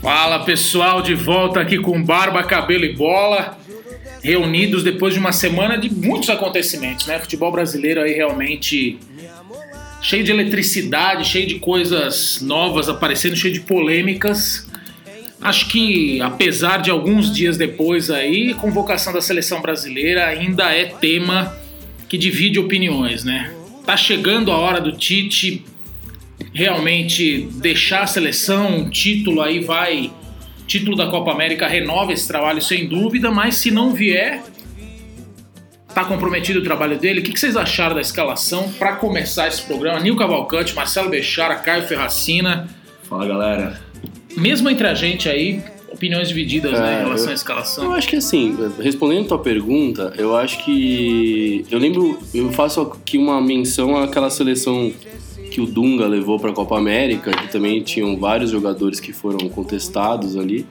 Fala pessoal, de volta aqui com barba, cabelo e bola, reunidos depois de uma semana de muitos acontecimentos, né? Futebol brasileiro aí realmente cheio de eletricidade, cheio de coisas novas aparecendo, cheio de polêmicas. Acho que apesar de alguns dias depois aí, convocação da seleção brasileira ainda é tema que divide opiniões, né? Tá chegando a hora do Tite realmente deixar a seleção, um título aí vai, título da Copa América renova esse trabalho sem dúvida, mas se não vier, tá comprometido o trabalho dele. O que que vocês acharam da escalação para começar esse programa? Nil Cavalcante, Marcelo Bechara, Caio Ferracina, Fala galera. mesmo entre a gente aí, opiniões divididas né, É, em relação eu- à Eu escalação. acho que assim, respondendo a tua pergunta, eu acho que. Eu lembro, eu faço aqui uma menção àquela seleção que o Dunga levou pra Copa América, que também tinham vários jogadores que foram contestados ali.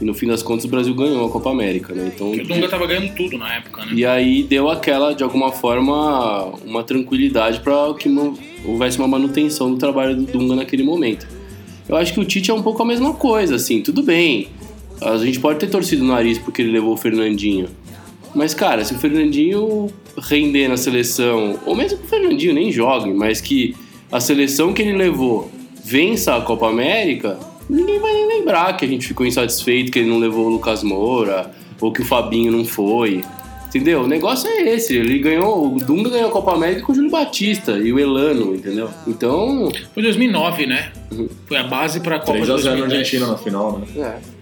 E no fim das contas o Brasil ganhou a Copa América, né? Então. Porque O Dunga tava ganhando tudo na época, né? E aí deu aquela, de alguma forma, uma tranquilidade para que ma- houvesse uma manutenção do trabalho do Dunga naquele momento. Eu acho que o Tite é um pouco a mesma coisa, assim, tudo bem. A gente pode ter torcido o nariz porque ele levou o Fernandinho. Mas, cara, se o Fernandinho render na seleção, ou mesmo que o Fernandinho nem jogue, mas que a seleção que ele levou vença a Copa América, ninguém vai nem lembrar que a gente ficou insatisfeito que ele não levou o Lucas Moura, ou que o Fabinho não foi. Entendeu? O negócio é esse. Ele ganhou, o Dunga ganhou a Copa América com o Júlio Batista e o Elano, entendeu? Então, Foi 2009, né? Foi a base pra Copa de 3x0 na 2010. Argentina na final, né? é.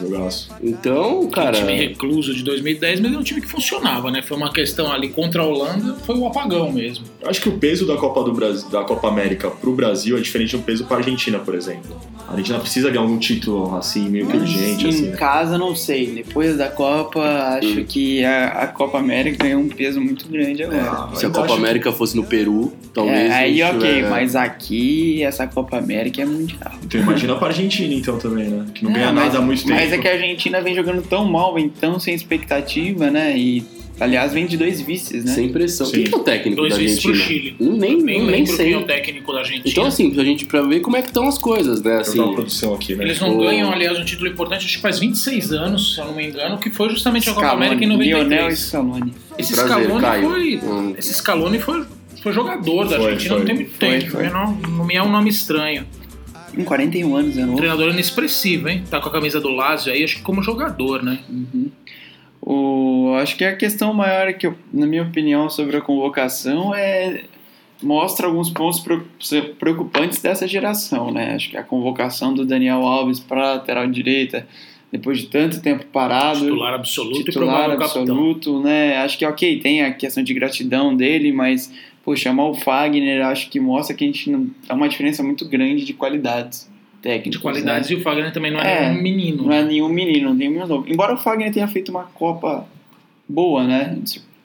Jogaço. Então, cara. time recluso de 2010, mas é um time que funcionava, né? Foi uma questão ali contra a Holanda, foi o apagão mesmo. Eu acho que o peso da Copa, do Brasil, da Copa América pro Brasil é diferente do peso pra Argentina, por exemplo. A Argentina precisa ganhar algum título, assim, meio que urgente, em assim, Hum. né? casa, não sei. Depois da Copa, acho que a, a Copa América ganhou um peso muito grande agora. Ah, Se a eu Copa acho que- América fosse no Peru, talvez. É, aí a gente ok, tiver- mas aqui essa Copa América é mundial. Então imagina pra Argentina, então, também, né? Que não ganha Ah, nada há muito tempo. Mas é que a Argentina vem jogando tão mal, vem tão sem expectativa, né? E aliás vem de dois vices, né? Sem pressão. Sim. Quem que é o técnico Dois da vezes pro Argentina? Chile. Não, nem, Nem nem, lembro quem sei. é o técnico da Argentina. Então, assim, pra gente pra ver como é que estão as coisas, né? Eu Assim, tava na produção aqui, né? Eles não o- ganham, aliás, um título importante, acho que faz 26 anos, se eu não me engano, que foi justamente a Copa Scaloni, América em Lionel 93. Scaloni. Esse Prazer, Scaloni Caio. foi. Hum. Esse Scaloni foi, foi jogador da Foi, Argentina foi. não tem muito Foi, tempo. foi. Não, não me é um nome estranho. Em 41 anos, é O novo. treinador é inexpressivo, hein? Tá com a camisa do Lazio aí, acho que como jogador, né? Uhum. O, acho que a questão maior que, eu- na minha opinião, sobre a convocação é mostra alguns pontos pre- preocupantes dessa geração, né? Acho que a convocação do Daniel Alves para lateral direita, depois de tanto tempo parado, Titular absoluto e titular provável capitão. absoluto, né? Acho que ok, tem a questão de gratidão dele, mas pô, chamar o Fagner, acho que mostra que a gente não há uma diferença muito grande de qualidades técnicas, né? De qualidades e o Fagner também não é, É, um menino. não é nenhum menino, não tem nenhum novo. Embora o Fagner tenha feito uma Copa boa, né?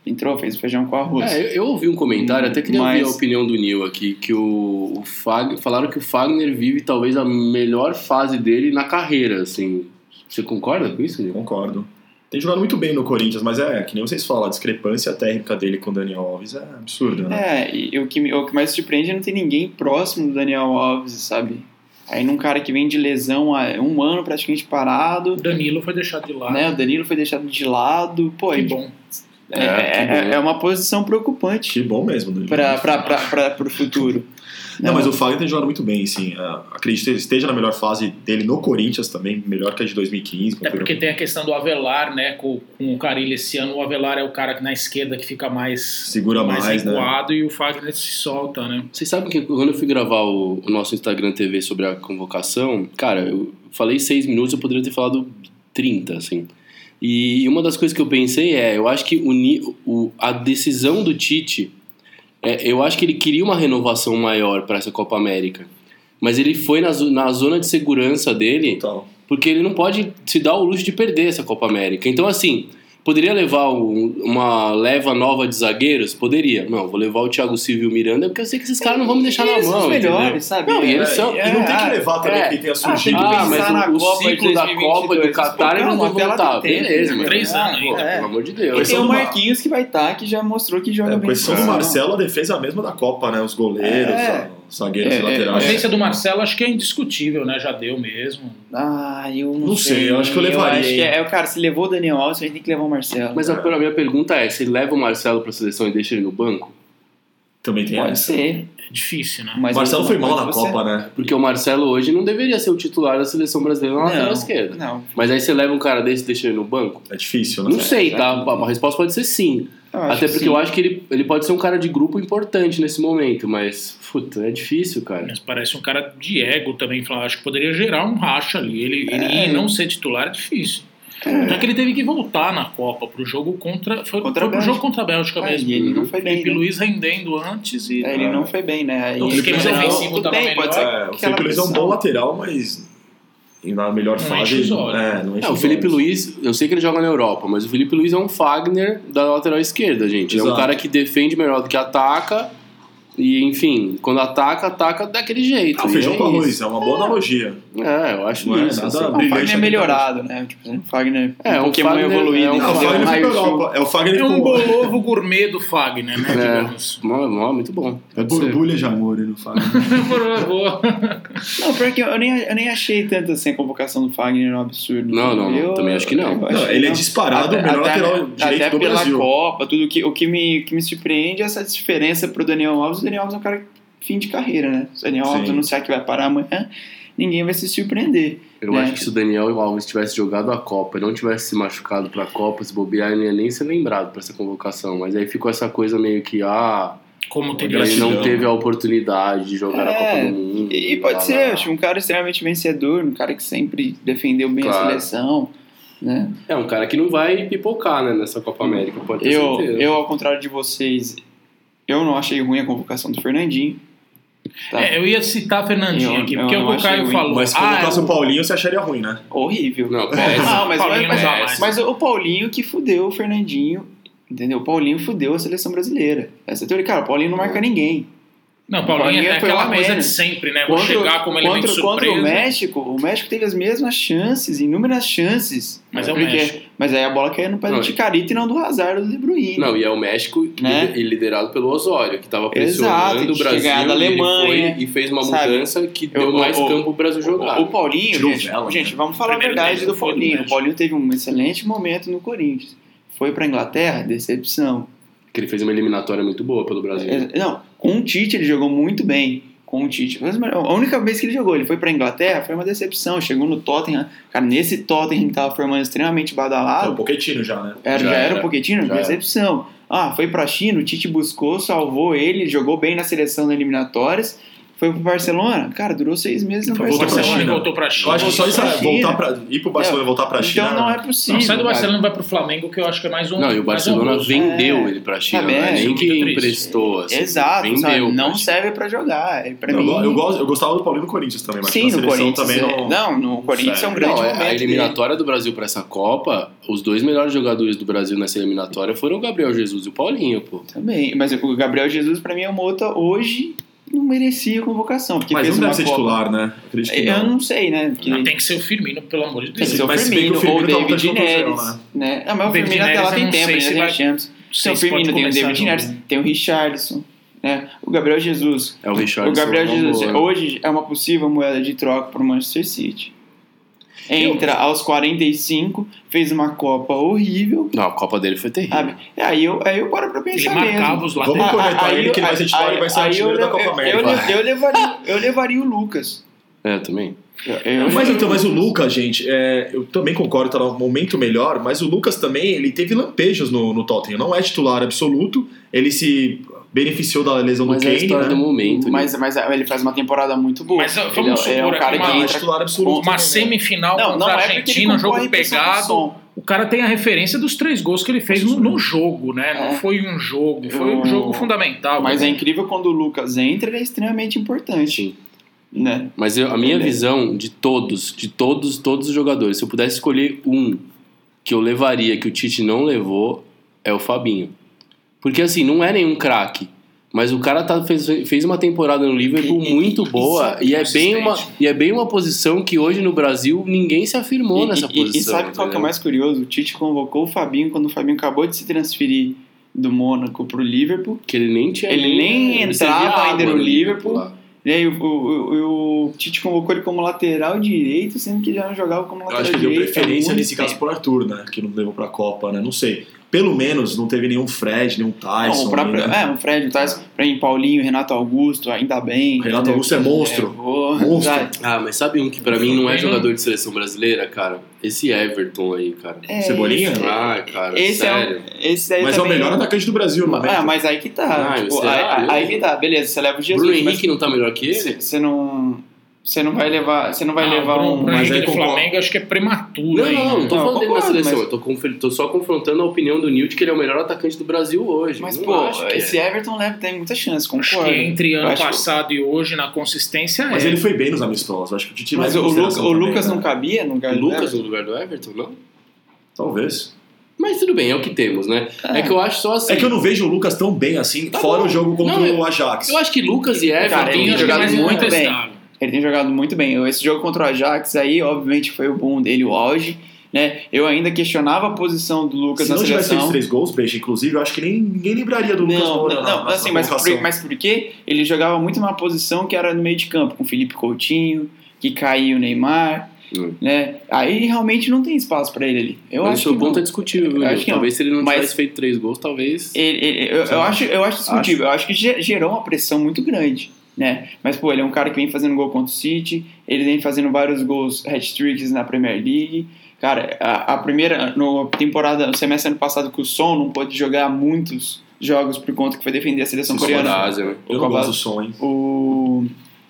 Entrou, fez feijão com arroz. É, eu, eu ouvi um comentário, até queria Mas- ouvir a opinião do Nil aqui, que o, o Fag, falaram que o Fagner vive talvez a melhor fase dele na carreira, assim. Você concorda com isso, Eu Nil? concordo. Tem jogado muito bem no Corinthians, mas é, que nem vocês falam, a discrepância técnica dele com o Daniel Alves é absurda, né? É, e e o que, me- o que mais surpreende é não ter ninguém próximo do Daniel Alves, sabe? Aí num cara que vem de lesão há um ano praticamente O parado, Danilo foi deixado de Ah. lado. né? O Danilo foi deixado de lado. Pô, Que é, bom. é, É, que bom. é, é uma posição preocupante Que bom mesmo, Daniel. pra, pra, pra, pra, pro futuro. Né? Não, É. mas o Fagner tem jogado muito bem, sim. É, acredito que ele esteja na melhor fase dele no Corinthians também, melhor que a de 2015. Até É porque tem a questão do Avelar, né? Com, com o Carilli esse ano, o Avelar é o cara que na esquerda que fica mais, Segura é mais, mais, né? recuado e o Fagner se solta, né? Vocês sabem que quando eu fui gravar o, o nosso Instagram TV sobre a convocação, cara, eu falei seis minutos, eu poderia ter falado 30, assim. E uma das coisas que eu pensei é, eu acho que o, Ni- o- a decisão do Tite, é, eu acho que ele queria uma renovação maior para essa Copa América. Mas ele foi na, zo- na zona de segurança dele, Total. porque ele não pode se dar o luxo de perder essa Copa América. Então, assim, poderia levar um- uma leva nova de zagueiros? Poderia. Não, vou levar o Thiago Silva e o Miranda, porque eu sei que esses caras não vão me deixar E na eles são mão. os entendeu? melhores, sabe? É, Não, e eles são- É, E não tem que levar também é. quem tenha Ah, tem surgido. que Ah, pensar mas o- na o Copa de ciclo da 2022, Copa e do eles Qatar, eles não colocam vão até lá do voltar. tempo, Beleza, né? mas- Três Ah, anos ainda. Pô, é. Pelo amor de E Deus. tem Pressão o do Mar- Marquinhos que vai estar, que tá, já mostrou que joga É, a bem. posição do Não. Marcelo, a defesa é a mesma da Copa, né? Os goleiros, É. a- Zagueiros É, é, A laterais. ausência do Marcelo acho que é indiscutível, né? Já deu mesmo. Ah, eu não, Não sei, eu acho que eu levaria, acho que hein? é, é, cara, se levou o Daniel Alves, a gente tem que levar o Marcelo. Mas a, a minha pergunta é: se ele leva o Marcelo pra seleção e deixa ele no banco? Também tem Pode essa. ser. É difícil, né? Mas Marcelo eu- foi mal mas na você- Copa, né? Porque o Marcelo hoje não deveria ser o titular da seleção brasileira na lateral Não, esquerda. Não. Mas aí você leva um cara desse e deixa ele no banco? É difícil, né? Não sei, é, tá? é. A resposta pode ser sim. Eu acho Até que porque sim. eu acho que ele, ele pode ser um cara de grupo importante nesse momento, mas, puta, é difícil, cara. Mas parece um cara de ego também. Flávio. Acho que poderia gerar um racha ali. Ele, ele É. ir e não ser titular é difícil. Até que ele teve que voltar na Copa pro jogo contra. Foi, Contra foi a pro Bélgica. jogo contra a é Bélgica Ah, mesmo. e ele não foi bem, Felipe né? Luiz rendendo antes e. É, ele não foi bem, né? Aí O ele esquema é perdeu defensivo pouco tava tempo, melhor. né? pode ser É, o aquela Felipe Luiz é um pressão. bom lateral, mas na melhor Não enche fase. os olhos. é, não enche É, o os Felipe olhos. Luiz, eu sei que ele joga na Europa, mas o Felipe Luiz é um Fagner da lateral esquerda, gente. É um Exato. cara que defende melhor do que ataca. E, enfim, quando ataca, ataca daquele jeito. Ah, o E feijão é com arroz, isso. é uma boa analogia. É, eu acho Não é isso. nada assim. Ah, O Fagner Brilhante, é né? melhorado, né? Tipo, o Fagner É, um o Pokémon Fagner evoluído. é um entendeu? Não, o Fagner foi pra Raichu. Europa. É o Fagner É com um bolovo gourmet do Fagner, né? É. Digamos. Mó- mó, muito bom. É Pode ser. borbulha de amor, ele não fala. Por favor. Não, pior que eu nem, eu nem achei tanto assim a convocação do Fagner um absurdo. Não, não, não, Eu- também acho que não. eu Não, achei, ele é não. disparado o melhor lateral direito até do pela Brasil. Copa, tudo que, o que me, que me surpreende é essa diferença pro Daniel Alves. O Daniel Alves é um cara que- fim de carreira, né? Se o Daniel Alves Sim. anunciar que vai parar amanhã, ninguém vai se surpreender. Eu né? acho que se o Daniel Alves tivesse jogado a Copa e não tivesse se machucado pra Copa, se bobear, ele não ia nem ser lembrado pra essa convocação. Mas aí ficou essa coisa meio que, ah, Como teria ele sido. não teve a oportunidade de jogar a É, Copa do Mundo. E, e pode lá, ser, lá. acho, um cara extremamente vencedor, um cara que sempre defendeu bem a Claro. seleção, né? É um cara que não vai pipocar, né, nessa Copa América, pode ter Eu, certeza. eu, ao contrário de vocês, eu não achei ruim a convocação do Fernandinho. Tá? É, eu ia citar Fernandinho Eu- aqui, eu porque é o não que o achei Caio ruim. falou. Mas se Ah, colocasse é o Paulinho, você acharia ruim, né? Horrível. Não, péssimo. Não, Ah, mas, Paulinho mas, não é dá mas, mais. o Paulinho que fudeu o Fernandinho, entendeu? O Paulinho fudeu a seleção brasileira. Essa é a teoria. Cara, o Paulinho não marca ninguém. Não, Paulinho Paulinho é foi aquela lá coisa de menos. sempre, né? Vou chegar como elemento contra, contra surpresa. o México, o México teve as mesmas chances, inúmeras chances. Mas é o Porque- México. Mas aí a bola caiu no pé do Não, Ticarito e não do Hazard ou do De Bruyne. Não, e é o México Né? lider- e liderado pelo Osório, que tava Exato, pressionando tinha o Brasil. ganhado a e ele Alemanha, foi e fez uma sabe? mudança que deu Eu- mais o- campo pro Brasil jogar. O Paulinho, Tirou gente, vela, né? gente, vamos falar a Primeiro verdade tempo do foi do Paulinho. O México. Paulinho teve um excelente momento no Corinthians. Foi pra Inglaterra, decepção. Que ele fez uma eliminatória muito boa pelo Brasil. É, Não, com o Tite ele jogou muito bem. Com o Tite. Mas a única vez que ele jogou, ele foi pra Inglaterra, foi uma decepção. Chegou no Tottenham. Cara, nesse Tottenham que tava formando extremamente É o badalado, Pochettino já, né? era, já, já era era. um pouquinho Já era. decepção. Ah, foi pra China, o Tite buscou, salvou ele, jogou bem na seleção de eliminatórias. Foi pro Barcelona, cara, durou seis meses no Foi pro Voltou pra Barcelona. Barcelona e China. voltou pra Eu China. acho que só isso Pra é China. voltar pra, ir pro Barcelona e voltar pra China. né? Então não é possível. Não, sai do cara. Barcelona e vai pro Flamengo, que eu acho que é mais um. Não, e mais o Barcelona honroso. vendeu É. ele pra China, Sabe, né? é, Nem muito que triste. emprestou. assim, Exato, vendeu sabe? pra Não China. serve pra jogar. É, Pra Eu, mim, go- eu gosto, eu gostava do Paulinho no Corinthians também, mas sim, na no seleção Corinthians. também não. é- não, no Corinthians é um serve. grande Não, é, momento. a dele. eliminatória do Brasil pra essa Copa, os dois melhores jogadores do Brasil nessa eliminatória foram o Gabriel Jesus e o Paulinho, pô. Também. Mas o Gabriel Jesus, pra mim, é uma outra. Hoje não merecia convocação. Porque mas fez não deve uma ser Copa. titular, né? Acredito que Eu não. não sei, né? Porque Não, tem que ser o Firmino, pelo amor de tem Deus. que ser o Mas se bem que o Firmino, ou o Firmino tava David prestando Neres. atenção, Né? Ah, mas o David Firmino até Neres lá eu tem não tempo, sei ele se tem vai- Champions. Tem o Vocês podem Firmino, tem o começar David a Neres, jogar. tem o Richardson, né? O Gabriel Jesus. É o Richard. o Gabriel Jesus hoje é uma possível moeda de troca pro Manchester City. Entra aos 45, fez uma Copa horrível. Não, a Copa dele foi terrível. Sabe? E Aí eu, aí eu paro pra Ele pensar marcava mesmo. os Vamos laterais. conectar Ah, aí ele, que ele vai eu- ser titular e vai ser aí eu artilheiro da levo- Copa eu- América. Eu, eu levaria, eu levaria o Lucas. É, também. Eu- eu- Mas então, mas o Lucas, gente, é, eu também concordo, tá num momento melhor, mas o Lucas também, ele teve lampejos no, no Tottenham, não é titular absoluto, ele se beneficiou da lesão Mas é do a Kane, história né? do momento. tá. mas, mas ele faz uma temporada muito boa. Mas ó, Ele é- vamos ele é supor um cara aqui que Não é uma, entra- titular absoluto. uma também, né? semifinal Não, não contra a é porque ele tá Argentina, concorre jogo em pressão do pegado. som. O cara tem a referência dos três gols que ele fez no, no jogo, né? Não É. foi um jogo, foi um Eu- jogo fundamental. Mas é né? incrível quando o Lucas entra, ele é extremamente importante. Sim. Né? Mas eu- a minha Entendeu? visão de todos, de todos, todos os jogadores, se eu pudesse escolher um que eu levaria, que o Tite não levou, é o Fabinho. Porque assim, não é nenhum craque. Mas o cara tá- fez, fez uma temporada no Liverpool E- e- muito e- boa. E é, bem uma, e é bem uma posição que hoje no Brasil ninguém se afirmou E- nessa e, posição. E sabe qual que é o entendeu? mais curioso? O Tite convocou o Fabinho quando o Fabinho acabou de se transferir do Mônaco pro Liverpool. Que ele nem tinha. Ele servia nem entrava água ainda no Liverpool. lá. E aí o, o, o- o Tite convocou ele como lateral direito, sendo que ele já não jogava como Eu lateral acho que direito. deu há preferência muito nesse tempo. caso pro Arthur, né? Que não levou pra Copa, né? Não sei. Pelo menos não teve nenhum Fred, nenhum Não, Tyson. o próprio, né? é, o Fred, o Tyson, pra mim, Paulinho, Renato Augusto, ainda bem. Renato entendeu? Augusto é monstro. vou- Monstro. sabe? Ah, mas sabe um que pra mim não é Tem um- jogador de seleção brasileira, cara? Esse Everton aí, cara. É, Cebolinha? esse- Ai, cara, Esse sério. é o, esse aí Mas é o também- melhor atacante do Brasil, no momento. Ah, mas aí que tá. Ah, tipo, será? aí, aí- Eu- aí que tá, beleza, você leva o Jesus. Bruno mas Henrique não tá melhor é que ele? Você não. Você não vai levar. Você não vai Ah, levar Bruno- um. Bruno Mas Henrique aí do concordo. Flamengo acho que é prematuro Não, não, não ainda. tô Não, falando dele na concordo, seleção. mas- Eu tô, conf- tô só confrontando a opinião do Newt que ele é o melhor atacante do Brasil hoje. Mas, Não pô, acho que é. esse Everton leva, tem muita Acho chance, concordo. que entre ano Acho que- passado e hoje na consistência Mas é. ele foi bem nos amistosos. Acho que o Tite Mas leva em o, Lu- consideração o também, Lucas né? não cabia no lugar O do Lucas Everton? no lugar do Everton, não? Talvez. Mas tudo bem, é o que temos, né? É, que eu acho só assim. É que eu não vejo o Lucas tão bem assim, Tá fora bom. o jogo contra Não, eu- o Ajax. eu acho que Lucas e Everton Cara, Tem ele têm acho que jogado mais muito muito bem. estável. Ele tem jogado muito bem. Esse jogo contra o Ajax aí, obviamente, foi o boom dele, o auge. Né? Eu ainda questionava a posição do Lucas Se na não tivesse feito seleção. três gols, beijo, inclusive, eu acho que nem, ninguém lembraria do Lucas Não, Moura. não, na- não, na assim, mas, por, convocação. mas porque ele jogava muito numa posição que era no meio de campo, com Felipe Coutinho, que caiu o Neymar, Hum. né? Aí realmente não tem espaço pra ele ali. Eu mas o acho seu que ponto é não. discutível, viu? Eu acho que não. Talvez se ele não Mas- tivesse feito três gols, talvez. Ele- ele- eu, eu acho, eu acho discutível. Eu acho que ge- gerou uma pressão muito grande, né? Mas, pô, ele é um cara que vem fazendo gol contra o City, ele vem fazendo vários gols, hat-tricks na Premier League. Cara, a, a primeira, no temporada, no semestre ano passado, que o Son não pôde jogar muitos jogos por conta que foi defender a seleção Copa coreana. da Ásia, né? Eu não gosto do som, hein? O...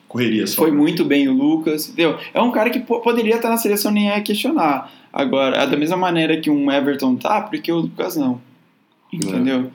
Correria só. Foi muito bem o Lucas, entendeu? É um cara que po- poderia estar na seleção nem é questionar. Agora, é da mesma maneira que um Everton tá, porque o Lucas não. Entendeu?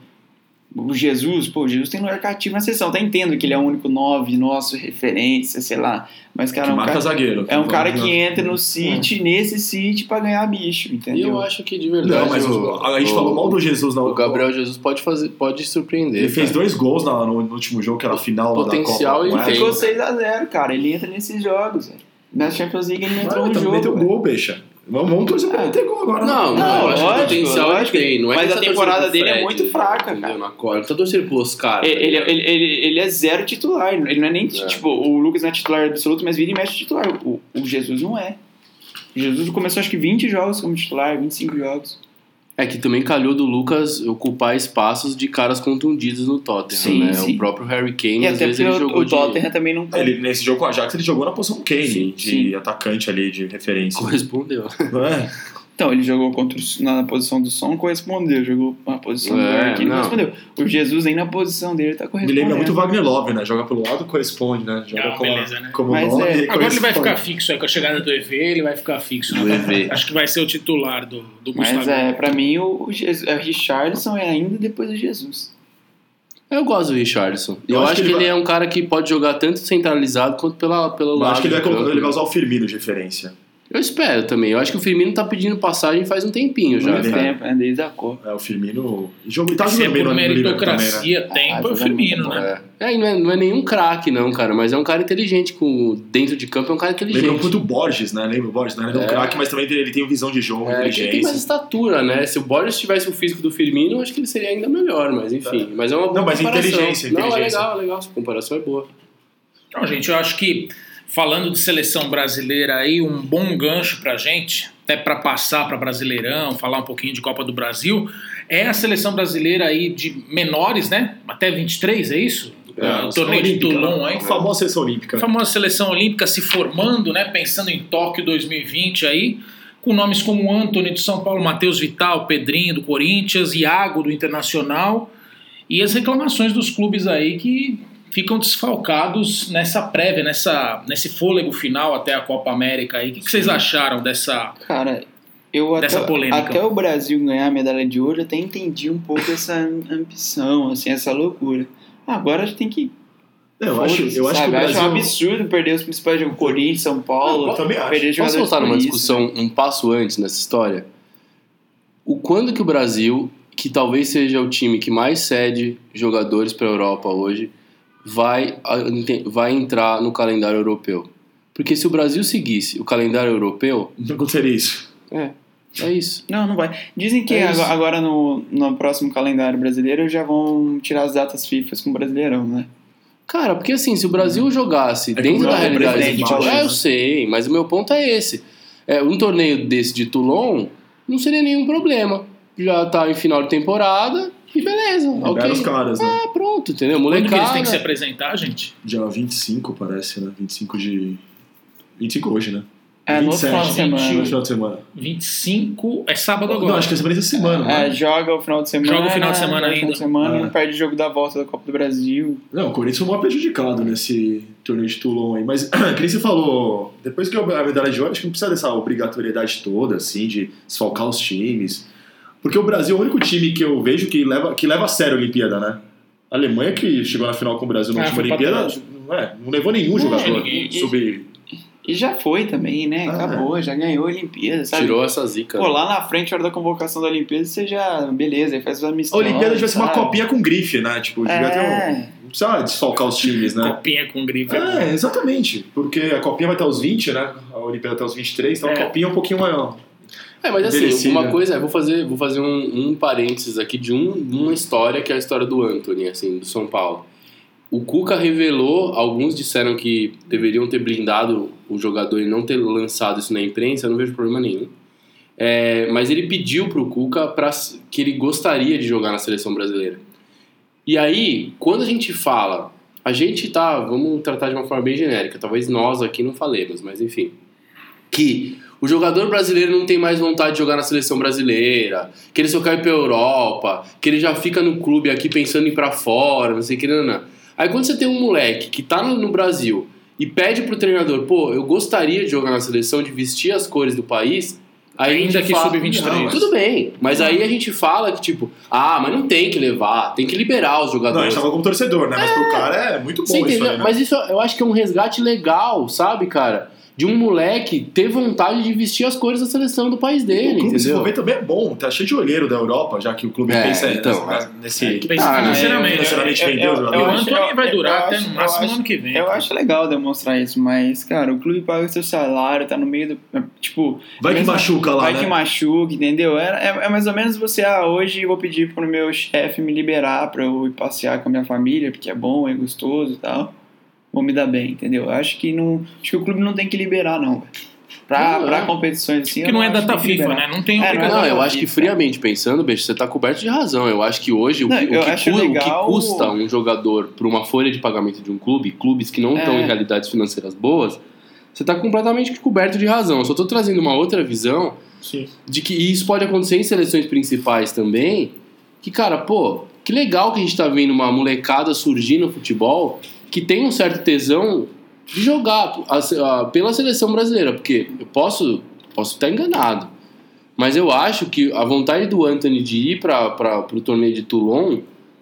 O Jesus, pô, o Jesus tem um lugar cativo na seleção. Até entendo que ele é o único nove nosso, referência, sei lá. Mas, cara, que é um marca cara, zagueiro. é um cara que Não, entra no City, nesse City, pra ganhar bicho, E eu entendeu? acho que de verdade. Não, mas o- a gente falou mal do Jesus na O Gabriel Jesus pode fazer, pode surpreender. Ele fez cara. dois gols na- no, no último jogo, que era a final lá Potencial da ele Copa. tem. Ficou 6x0, cara. Ele entra nesses jogos, velho. Na Champions League ele não entrou um Mas também tem jogo. o velho. gol, beixa. Vamos, vamos torcer pra ele é ter gol agora. Não, não, Não, eu acho lógico, que o potencial ele lógico. tem. Não é Mas que a tá torcendo temporada pro dele é Fred, muito fraca, entendeu? cara. Na corda. Não tá torcendo pros caras. É, Ele, tá ligado? ele, ele, ele- ele é zero titular. Ele não é nem. É. Tipo, o Lucas não é titular absoluto, mas vira e mexe titular. O, o Jesus não é. O Jesus começou acho que 20 jogos como titular, 25 jogos. É que também calhou do Lucas ocupar espaços de caras contundidos no Tottenham, Sim, né? sim. O próprio Harry E Kane, às até vezes porque ele o, jogou o de... Tottenham é também não. Ele, nesse jogo com o Ajax, ele jogou na posição Kane, Sim, de sim. atacante ali, de referência. assim. Correspondeu. Não é? Então, ele jogou contra o- na, na posição do som, correspondeu. Jogou na posição do É, ar, que ele não. é correspondeu. O Jesus nem na posição dele tá Me correspondendo. lembra muito o Wagner Love, né? Joga pelo lado, corresponde, né? Joga Ah, como, beleza, né? como Mas nove, é. e Agora ele vai corresponde. ficar fixo, aí com a chegada do EV, ele vai ficar fixo. Do EV. Acho que vai ser o titular do, do Mas Gustavo. é, pra mim, o, o, Jesus, é, o Richardson é ainda depois do Jesus. Eu gosto do Richardson. Eu, acho, que ele, vai- é um cara que pode jogar tanto centralizado quanto pela, pelo Eu lado. acho que ele vai, do campo. colocar- ele vai usar o Firmino de referência. Eu espero também. Eu acho que o Firmino tá pedindo passagem faz um tempinho já, Mas Muito é. cara. tempo, né, desde a Copa. É, o Firmino. e Jogo, e tá Se é jogando bem por no Liverpool também, né? meritocracia, Ah, tempo é o joga muito Firmino, bom. né? É, e não é, não é nenhum craque, não, cara, mas é um cara inteligente. Com, dentro de campo é um cara inteligente. Lembra muito o Borges, né? Lembra o Borges, né? Ele é um É. craque, mas também tem- ele tem visão de jogo, É, que ele tem mais inteligência. estatura, né? Se o Borges tivesse o físico do Firmino, eu acho que ele seria ainda melhor, mas enfim. Mas é uma boa Tá. Não, mas comparação. inteligência, Não, é inteligência. legal, é legal. Essa comparação é boa. Então, gente, eu acho que falando de seleção brasileira aí, um bom gancho pra gente, até pra passar pra Brasileirão, falar um pouquinho de Copa do Brasil, é a seleção brasileira aí de menores, né? Até 23, é isso? É, o torneio de Olímpica, Toulon, né? hein? A famosa seleção olímpica. A famosa seleção olímpica se formando, né? Pensando em Tóquio 2020 aí, com nomes como Anthony de São Paulo, Matheus Vital, Pedrinho do Corinthians, Iago do Internacional e as reclamações dos clubes aí que ficam desfalcados nessa prévia, nessa, nesse fôlego final até a Copa América aí. O que, que vocês acharam dessa? Cara, eu até, Dessa polêmica. até o Brasil ganhar a medalha de ouro, eu até entendi um pouco essa ambição, assim, essa loucura. Agora a gente tem que. É, Eu acho, eu acho que sabe? o Brasil... um absurdo perder os principais jogos, Corinthians, São Paulo, Eu também acho. perder Posso jogadores voltar por numa isso. discussão um passo antes nessa história? O quando que o Brasil, que talvez seja o time que mais cede jogadores para a Europa hoje, vai, a- ente- vai entrar no calendário europeu? Porque se o Brasil seguisse o calendário europeu, Não aconteceria isso. é isso. Não, não vai. Dizem que É agora, isso. agora no, no próximo calendário brasileiro já vão tirar as datas FIFA com o Brasileirão, né? Cara, porque assim, se o Brasil jogasse que dentro da o Brasil Uhum. é realidade do presidente, futebol, eu acho, é, eu né? sei, mas o meu ponto é esse. É, um torneio desse de Toulon não seria nenhum problema. Já tá em final de temporada e beleza. Libera ok. os caras, né? Ah, pronto, entendeu? Quando que eles Molecada. têm que se apresentar, gente? Dia 25, parece, né? 25 de. 25 hoje, né? É, no outro final de 27, No semana. final de semana. 25 é sábado agora. Não, acho que é semana essa semana. É, né? joga o final de semana. Joga o final de semana joga o final ainda. de semana e Ah. não perde o jogo da volta da Copa do Brasil. Não, o Corinthians foi mal prejudicado nesse torneio de Toulon aí. Mas, que nem você falou, depois que ganhou a medalha de ouro, acho que não precisa dessa obrigatoriedade toda, assim, de desfalcar os times. Porque o Brasil é o único time que eu vejo que leva, que leva a sério a Olimpíada, né? A Alemanha que chegou na final com o Brasil na Ah, última foi pra Olimpíada, trás. não, é, não levou nenhum jogador ninguém- sub... E já foi também, né? Ah. Acabou, já ganhou a Olimpíada, sabe? Tirou essa zica. Pô, lá na frente, a hora da convocação da Olimpíada, você já. Beleza, aí faz os A amistosos. Olimpíada devia ser uma sabe? copinha com grife, né? Tipo, devia ter um... É. Não precisa desfalcar os times, né? Copinha com grife. É, exatamente. Porque a copinha vai até os 20, né? A Olimpíada até os 23, então É. a copinha é um pouquinho maior. É, mas assim, Envelhecida. uma coisa, eu vou fazer, vou fazer um, um parênteses aqui de um- uma história que é a história do Anthony, assim, do São Paulo. O Cuca revelou, alguns disseram que deveriam ter blindado o jogador e não ter lançado isso na imprensa, eu não vejo problema nenhum. É, mas ele pediu pro Cuca pra, s- que ele gostaria de jogar na seleção brasileira. E aí, quando a gente fala, a gente tá, vamos tratar de uma forma bem genérica, talvez nós aqui não falemos, mas enfim que o jogador brasileiro não tem mais vontade de jogar na seleção brasileira, que ele só cai pra Europa, que ele já fica no clube aqui pensando em ir pra fora, não sei o que, não, não. Aí quando você tem um moleque que tá no, no Brasil e pede pro treinador, pô, eu gostaria de jogar na seleção, de vestir as cores do país, aí a gente Ainda que fala- sub-23. Não, Tudo bem, mas Uhum. aí a gente fala que, tipo, ah, mas não tem que levar, tem que liberar os Não, a gente jogadores. tava como torcedor, né? Mas pro cara é muito bom Você isso entendeu? aí, né? Mas isso eu acho que é um resgate legal, sabe, cara? De um moleque ter vontade de vestir as cores da seleção do país o dele, clube se entendeu? envolver também é bom, tá cheio de olheiro da Europa, já que o clube É, pensa então, nessa- nesse. É que pensa Ah, financeiramente. financeiramente vendeu eu- os E eu- o jogadores. acho- Antônio vai eu- durar eu até acho- no máximo um eu acho- ano que vem. Eu cara. acho legal demonstrar isso, mas, cara, o clube paga o seu salário, tá no meio do. Tipo, Vai que mesmo- machuca lá, vai que né? machuca, entendeu? É, é, é mais ou menos você, ah, hoje eu vou pedir pro meu chefe me liberar pra eu ir passear com a minha família, porque é bom, é gostoso e tal. Vou me dar bem, entendeu? Eu Acho que não. Acho que o clube não tem que liberar, não, velho. Pra, Não, pra é. competições assim. Que eu não é acho data que tem que FIFA, liberar. né? Não tem É, obrigação. Não, eu Não, acho que isso, friamente pensando, Beijo, você tá coberto de razão. Eu acho que hoje o, Não, que, o eu que acho cu- o que legal- custa um jogador pra uma folha de pagamento de um clube, clubes que não estão É. em realidades financeiras boas, você tá completamente coberto de razão. Eu só tô trazendo uma outra visão Sim. de que e isso pode acontecer em seleções principais também. Que, cara, pô, que legal que a gente tá vendo uma molecada surgir no futebol que tem um certo tesão de jogar a se- a- pela seleção brasileira, porque eu posso posso estar enganado, mas eu acho que a vontade do Anthony de ir para o torneio de Toulon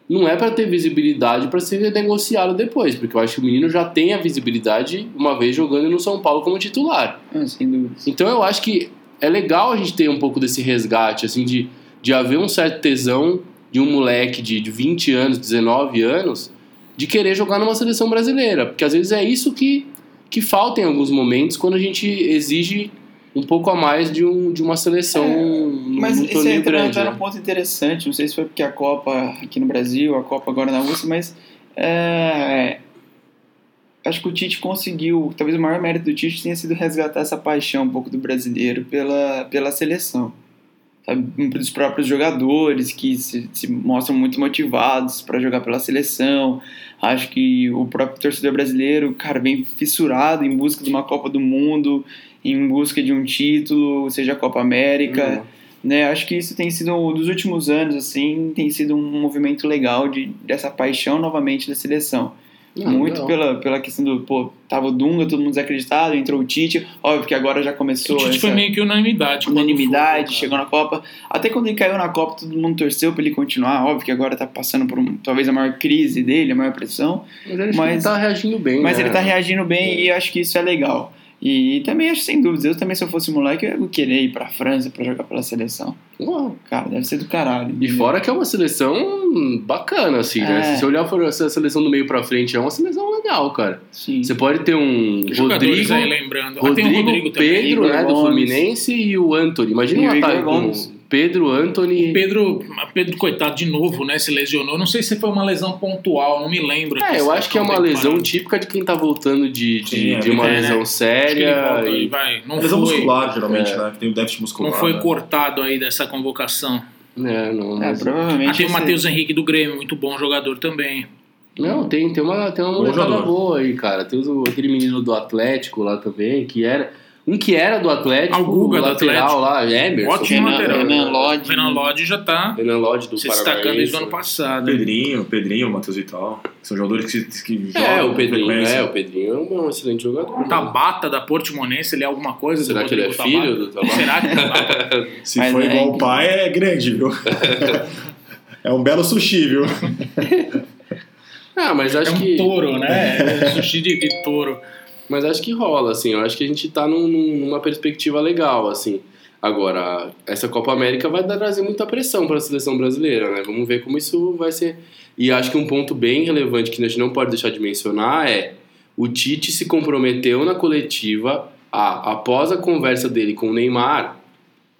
não é para ter visibilidade para ser negociado depois, porque eu acho que o menino já tem a visibilidade uma vez jogando no São Paulo como titular. Ah, sem dúvida. Então eu acho que é legal a gente ter um pouco desse resgate, assim, de, de haver um certo tesão de um moleque de, de 20 anos, 19 anos, de querer jogar numa seleção brasileira. Porque às vezes é isso que, que falta em alguns momentos quando a gente exige um pouco a mais de, um, de uma seleção É, num, Mas num isso aí é um torneio entra, grande. entra num né? ponto interessante. Não sei se foi porque a Copa aqui no Brasil, a Copa agora na Rússia, mas é, acho que o Tite conseguiu. Talvez o maior mérito do Tite tenha sido resgatar essa paixão um pouco do brasileiro pela, pela seleção. Sabe? Dos próprios jogadores que se, se mostram muito motivados para jogar pela seleção. Acho que o próprio torcedor brasileiro, cara, vem fissurado em busca de uma Copa do Mundo, em busca de um título, seja a Copa América Hum. né? Acho que isso tem sido um, dos últimos anos assim, tem sido um movimento legal de dessa paixão novamente da seleção. Ah, Não, é. Muito não. pela, pela questão do, pô, tava o Dunga, todo mundo desacreditado, entrou o Tite, óbvio que agora já é começou O Tite essa foi meio que unanimidade. quando unanimidade, foi, né? chegou na Copa. Até quando ele caiu na Copa, todo mundo torceu pra ele continuar, óbvio que agora tá passando por um- talvez a maior crise dele, a maior pressão. Mas ele Mas- tá reagindo bem, Mas né? ele tá reagindo bem É. e acho que isso é legal. E também acho sem dúvidas, eu também se eu fosse moleque, eu ia querer ir pra França pra jogar pela seleção. Uau. Cara, deve ser do caralho. E fora que é uma seleção bacana, assim, né? É. Se você olhar pra- se a seleção do meio pra frente, é uma seleção legal, cara. Sim. Você pode ter um Que jogadores Rodrigo, aí lembrando. Ah, tem o Rodrigo, Rodrigo também. Pedro, Igor né, do Gomes. Fluminense e o Anthony. E Imagina o um Igor ataque com Gomes. Pedro, Anthony. Pedro, Pedro, coitado, de novo, né? Se lesionou. Não sei se foi uma lesão pontual, não me lembro. tá É, eu acho que é uma lesão típica de quem tá voltando de, de, de uma é, né? lesão séria. Acho que ele volta aí, e- vai. Não Lesão foi, muscular, geralmente, né? Que tem o déficit muscular. não foi né? cortado aí dessa convocação. É, não, É, mas- Ah, provavelmente. tem o esse- Matheus Henrique do Grêmio, muito bom jogador também. Não, tem, tem uma, tem uma molecada jogador. boa aí, cara. Tem o- aquele menino do Atlético lá também, que era. Um que era do Atlético, Ah, o Guga o do lateral Atlético. lá, Emerson. Ótimo Renan- lateral. Renan Lodge. O né? Renan Lodge já tá Renan Lodge do se destacando Paranaense. desde o ano passado. né? Pedrinho, Pedrinho, Matheus Vital. que São jogadores que, que É, né? jogam o com Pedrinho, frequência. é, o Pedrinho é um, é um excelente jogador. Tabata da Portimonense, ele é alguma coisa? do Será que ele é Rodrigo Tabata? filho do Tabata? Será que é Tabata? Se Mas for é igual o que- pai, é grande, viu? é um belo sushi, viu? Ah, mas acho é um que. touro, né? É sushi de, de touro. Mas acho que rola, assim. Eu acho que a gente tá num- num- numa perspectiva legal, assim. Agora, essa Copa América vai dar- trazer muita pressão para a seleção brasileira, né? Vamos ver como isso vai ser. E acho que um ponto bem relevante que a gente não pode deixar de mencionar é o Tite se comprometeu na coletiva a, após a conversa dele com o Neymar,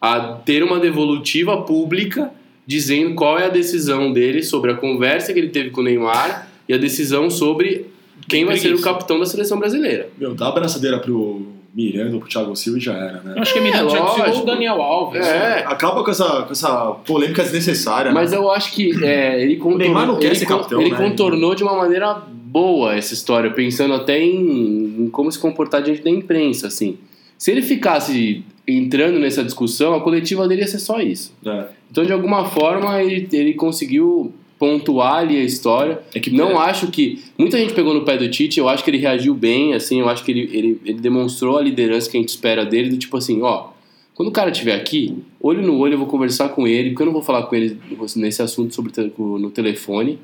a ter uma devolutiva pública dizendo qual é a decisão dele sobre a conversa que ele teve com o Neymar e a decisão sobre quem vai ser o Preguiça. capitão da seleção brasileira. Meu, dá a abraçadeira pro Miranda ou pro Thiago Silva e já era, né? Eu acho que é a Miranda já É, lógico. tirou o Daniel Alves. É, Acaba com essa, com essa polêmica desnecessária. mas né? eu acho que é, ele, Neymar não contornou, quer ele, ser con- capitão, ele né? contornou de uma maneira boa essa história, pensando até em, em como se comportar diante da imprensa, assim. Se ele ficasse entrando nessa discussão, a coletiva dele ia ser só isso. É, Então, de alguma forma, ele, ele conseguiu pontuar ali a história. é que Não acho que... Muita gente pegou no pé do Tite, eu acho que ele reagiu bem, assim, eu acho que ele, ele, ele demonstrou a liderança que a gente espera dele, do tipo assim, ó, quando o cara estiver aqui, olho no olho eu vou conversar com ele, porque eu não vou falar com ele nesse assunto sobre te- no telefone.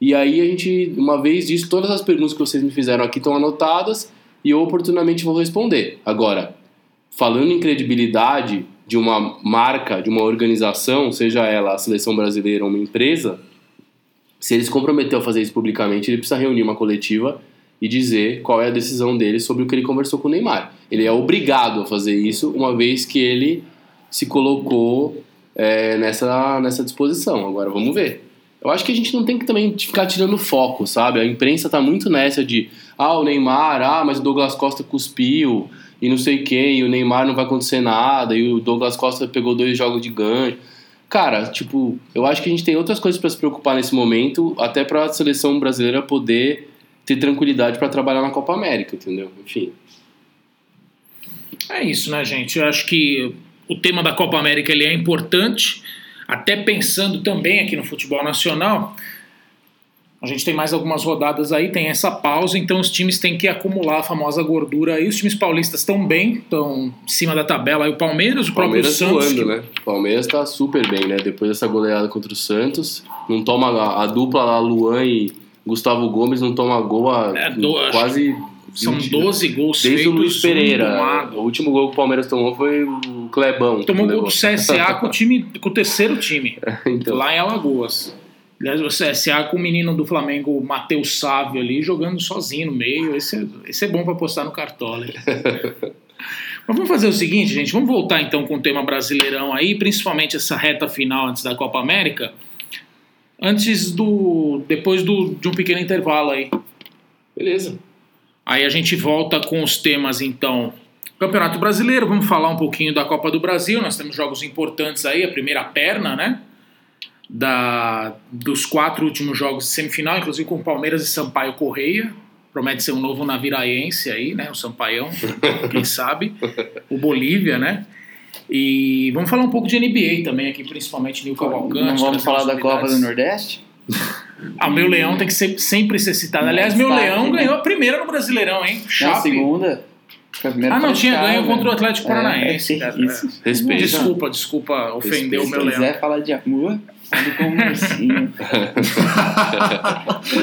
E aí a gente, uma vez disso, todas as perguntas que vocês me fizeram aqui estão anotadas e eu oportunamente vou responder. Agora, falando em credibilidade de uma marca, de uma organização, seja ela a seleção brasileira ou uma empresa, se ele se comprometeu a fazer isso publicamente, ele precisa reunir uma coletiva e dizer qual é a decisão dele sobre o que ele conversou com o Neymar. Ele é obrigado a fazer isso, uma vez que ele se colocou é, nessa, nessa disposição. Agora vamos ver. Eu acho que a gente não tem que também ficar tirando foco, sabe? A imprensa tá muito nessa de ah, o Neymar, ah, mas o Douglas Costa cuspiu e não sei o quê, e o Neymar não vai acontecer nada, e o Douglas Costa pegou dois jogos de gancho. Cara, tipo, eu acho que a gente tem outras coisas para se preocupar nesse momento, até para a seleção brasileira poder ter tranquilidade para trabalhar na Copa América, entendeu? Enfim. É isso, né, gente? Eu acho que o tema da Copa América ele é importante, até pensando também aqui no futebol nacional. A gente tem mais algumas rodadas aí, tem essa pausa, então os times têm que acumular a famosa gordura aí. Os times paulistas estão bem, estão em cima da tabela aí. O Palmeiras, o próprio Palmeiras Santos. voando, que- né? Palmeiras tá super bem, né? Depois dessa goleada contra o Santos, não toma a, a dupla lá, Luan e Gustavo Gomes, não toma gol há É, do- quase São 20 12 gols né? Desde feitos. o Luiz um Pereira. tomado. O último gol que o Palmeiras tomou foi o Clebão. Tomou gol do Levou. CSA com o, time, com o terceiro time. Então, lá em Alagoas. Aliás, o CSA com o menino do Flamengo, o Matheus Sávio, ali jogando sozinho no meio. Esse é, esse é bom para postar no Cartola. hein? Mas vamos fazer o seguinte, gente. Vamos voltar então com o tema brasileirão aí, principalmente essa reta final antes da Copa América. Antes do. depois do, de um pequeno intervalo aí. beleza. Aí a gente volta com os temas, então. Campeonato Brasileiro, vamos falar um pouquinho da Copa do Brasil. Nós temos jogos importantes aí, a primeira perna, né? Da, dos quatro últimos jogos de semifinal, inclusive com Palmeiras e Sampaio Correia. Promete ser um novo naviraense aí, né? O Sampaião, quem sabe. O Bolívia, né? E vamos falar um pouco de NBA também aqui, principalmente Nil Cavalcante. Não vamos das falar da Copa possibilidades. do Nordeste? Ah, meu leão tem que ser, sempre ser citado. Aliás, meu Destaque, leão né? ganhou a primeira no Brasileirão, hein? Na Chape. segunda? foi a primeira Ah, não, tinha colocada. ganho contra o Atlético É, Paranaense. é cara. isso. Respeito. Desculpa, desculpa ofender Respeito. o meu Se leão. quiser falar de amor, sabe como um ursinho.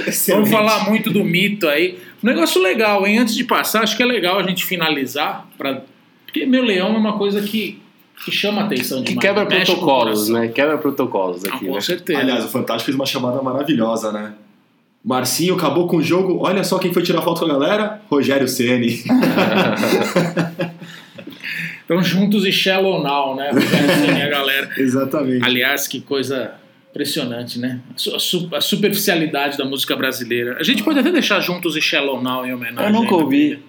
é. Vamos falar muito do mito aí. Um negócio legal, hein? Antes de passar, acho que é legal a gente finalizar. Pra... Porque meu leão é uma coisa que, que chama a atenção Que demais. quebra mexe com o protocolos, coração. né? Quebra protocolos Ah, aqui, com né? certeza. Aliás, o Fantástico fez uma chamada maravilhosa, né? Marcinho acabou com o jogo. Olha só quem foi tirar foto com a galera: Rogério Ceni. Então, juntos e Shallow Now, né? Assim, a galera. Exatamente. Aliás, que coisa impressionante, né? A, su- a su- a superficialidade da música brasileira. A gente pode até deixar juntos e Shallow Now em homenagem. Eu nunca né? ouvi.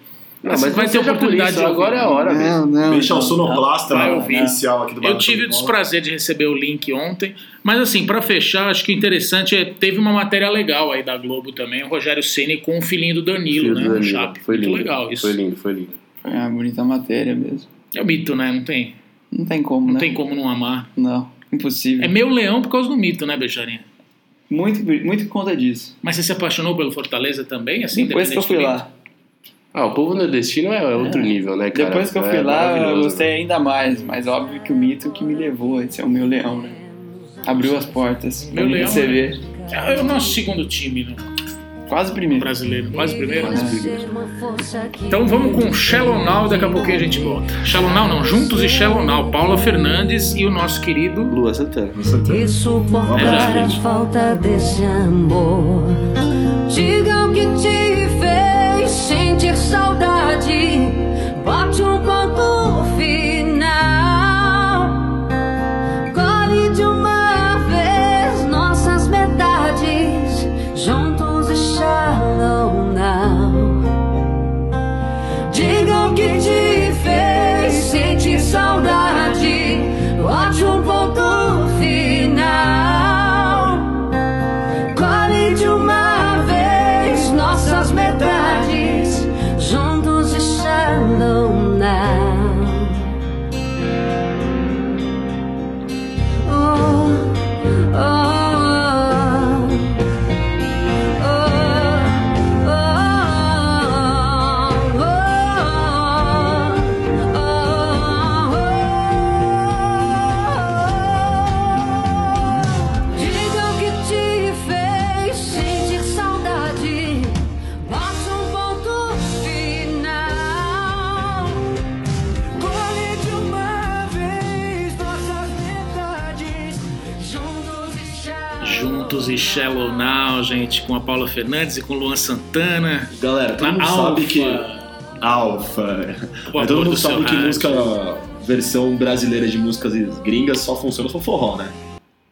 Não, Mas mas vai vai ter ter oportunidade oportunidade. de ouvir. Agora é a hora, velho. Não, não. Deixar o não. sonoplasta Vai não, ouvir. inicial aqui do Eu Barato tive o Bola. desprazer de receber o link ontem, mas assim, pra fechar, acho que o interessante é teve uma matéria legal aí da Globo também, o Rogério Ceni com o filhinho do Danilo, Filho né, do no Danilo. Chape. Foi Muito lindo. legal isso. Foi lindo, foi lindo. É uma bonita matéria mesmo. É o mito, né? Não tem, Não tem como, não né? tem como não amar. Não, É impossível. meu leão por causa do mito, né, Beijarinha? Muito, muito por conta disso. Mas você se apaixonou pelo Fortaleza também, assim, Depois que eu independente do fui mito? lá. Ah, o povo nordestino é outro nível, né, cara? Depois que eu É fui lá, eu maravilhoso, gostei ainda mais. Mas óbvio que o mito que me levou a ser o meu leão, né? Abriu as portas pra Meu me leão, receber. É o nosso segundo time né? Quase primeiro. brasileiro, quase primeiro. É. Então Então vamos com Shallow Now e daqui a pouquinho a gente volta. Shallow Now não, juntos e Shallow Now. Paula Fernandes e o nosso querido... Lua Santana. E suportar a falta desse amor Diga o que te fez sentir saudade Bote um ponto final Colhe de uma vez nossas metades Juntos e shallow now Diga o que te fez sentir saudade. Bote um ponto final. Colhe de uma vez nossas metades. Juntos e shallow now. Oh, oh, oh. Oh, oh, oh, oh, oh. Diga o que te fez sentir saudade. Bota um ponto final. Colhe de uma vez nossas metades. Juntos e shallow. Juntos e Shallow Now, gente, com a Paula Fernandes e com o Luan Santana. Galera, todo Na mundo Alfa. sabe que. Alfa. amor Mas todo do mundo seu sabe que rádio. música. Versão brasileira de músicas gringas só funciona com forró, né?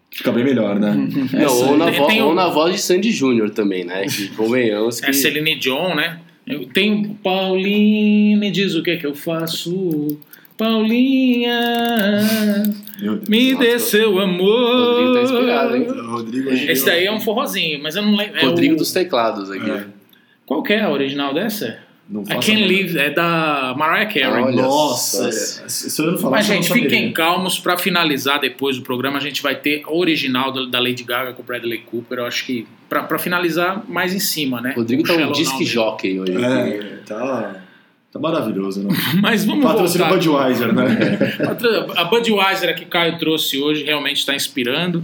Fica bem melhor, né? Não, ou na, Tem- vo- tem ou um- na voz de Sandy Júnior também, né? Que convenhamos que... É Celine Dion, né? Eu- Tem Pauline, diz o que é que eu faço. Paulinha, Meu Deus. me Nossa, dê seu Rodrigo amor. tá inspirado, hein? Rodrigo Esse daí é um forrozinho, mas eu não lembro. é Rodrigo o- dos teclados aqui. É. Qual que é a original dessa? Não I faço Can't nada. Live, é da Mariah Carey. Olha Nossa, só. é, se eu não falar, Mas, você não gente, saberia. fiquem calmos para finalizar depois o programa. A gente vai ter a original da, da Lady Gaga com o Bradley Cooper. Eu acho que para finalizar mais em cima, né? Rodrigo Com tá um Shallow disque Now. jockey hoje. É, tá, tá maravilhoso, né? Mas vamos Patrocínio voltar. Budweiser, né? Patra- A Budweiser que o Caio trouxe hoje realmente está inspirando.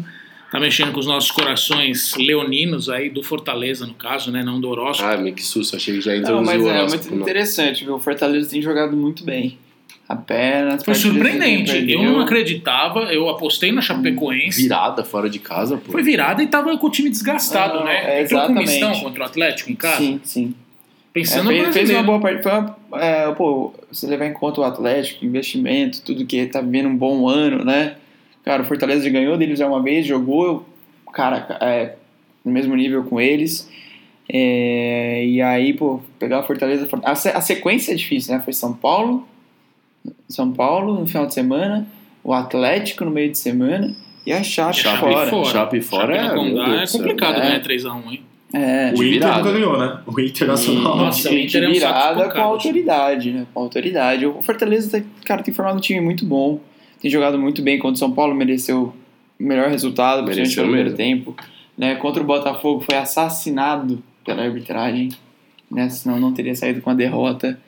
Tá mexendo com os nossos corações leoninos aí, do Fortaleza, no caso, né? Não do horóscopo. Ah, meu, que susto. Achei que já Não, introduziu mas o é horóscopo. muito não. interessante, viu? O Fortaleza tem jogado muito bem. Apenas. Foi surpreendente. Eu não acreditava, eu apostei na Chapecoense. Virada fora de casa, pô. Foi virada e tava com o time desgastado, Ah, né? é, Entrou com o exatamente. Mistão contra o Atlético em casa. Sim, sim. É, Pensando no fez, fez brasileiro. uma boa parte. Foi uma, é, pô, você levar em conta o Atlético, investimento, tudo que tá vivendo um bom ano, né? Cara, o Fortaleza ganhou deles já uma vez, jogou, cara, é, no mesmo nível com eles. É, e aí, pô, pegar o Fortaleza. A, se- a sequência é difícil, né? Foi São Paulo, São Paulo no final de semana, o Atlético no meio de semana e a Chape, Chape fora. fora. Chape fora Chape é... no meu Condá Deus é do céu. complicado É. ganhar 3x1, hein? É, O Inter virada. nunca ganhou, né? O Internacional. Nossa, o de, Inter de é um saco virada com pancado. autoridade, né? Com autoridade. O Fortaleza, tá- cara, tem formado um time muito bom. Tem jogado muito bem contra o São Paulo, mereceu o melhor resultado, principalmente Mereceu no mesmo. primeiro tempo. Né? Contra o Botafogo foi assassinado pela arbitragem, né? Senão não teria saído com a derrota.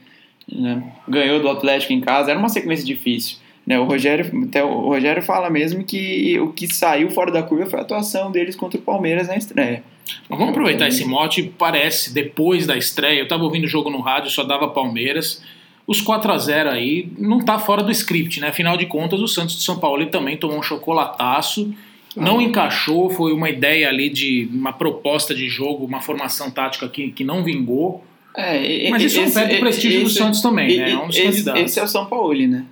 né? Ganhou do Atlético em casa, era uma sequência difícil. Né? O, Rogério, até o Rogério fala mesmo que o que saiu fora da curva foi a atuação deles contra o Palmeiras na estreia. Mas vamos aproveitar esse mote. Parece, depois da estreia, eu tava ouvindo o jogo no rádio, só dava Palmeiras. Os 4 a 0 aí não tá fora do script, né? Afinal de contas, o Santos de São Paulo ele também tomou um chocolataço. Não encaixou, foi uma ideia ali de uma proposta de jogo, uma formação tática que, que não vingou. É, e- Mas isso não esse- perde o prestígio do esse- Santos também, né? É um dos esse, candidatos. esse é o São Paulo, né?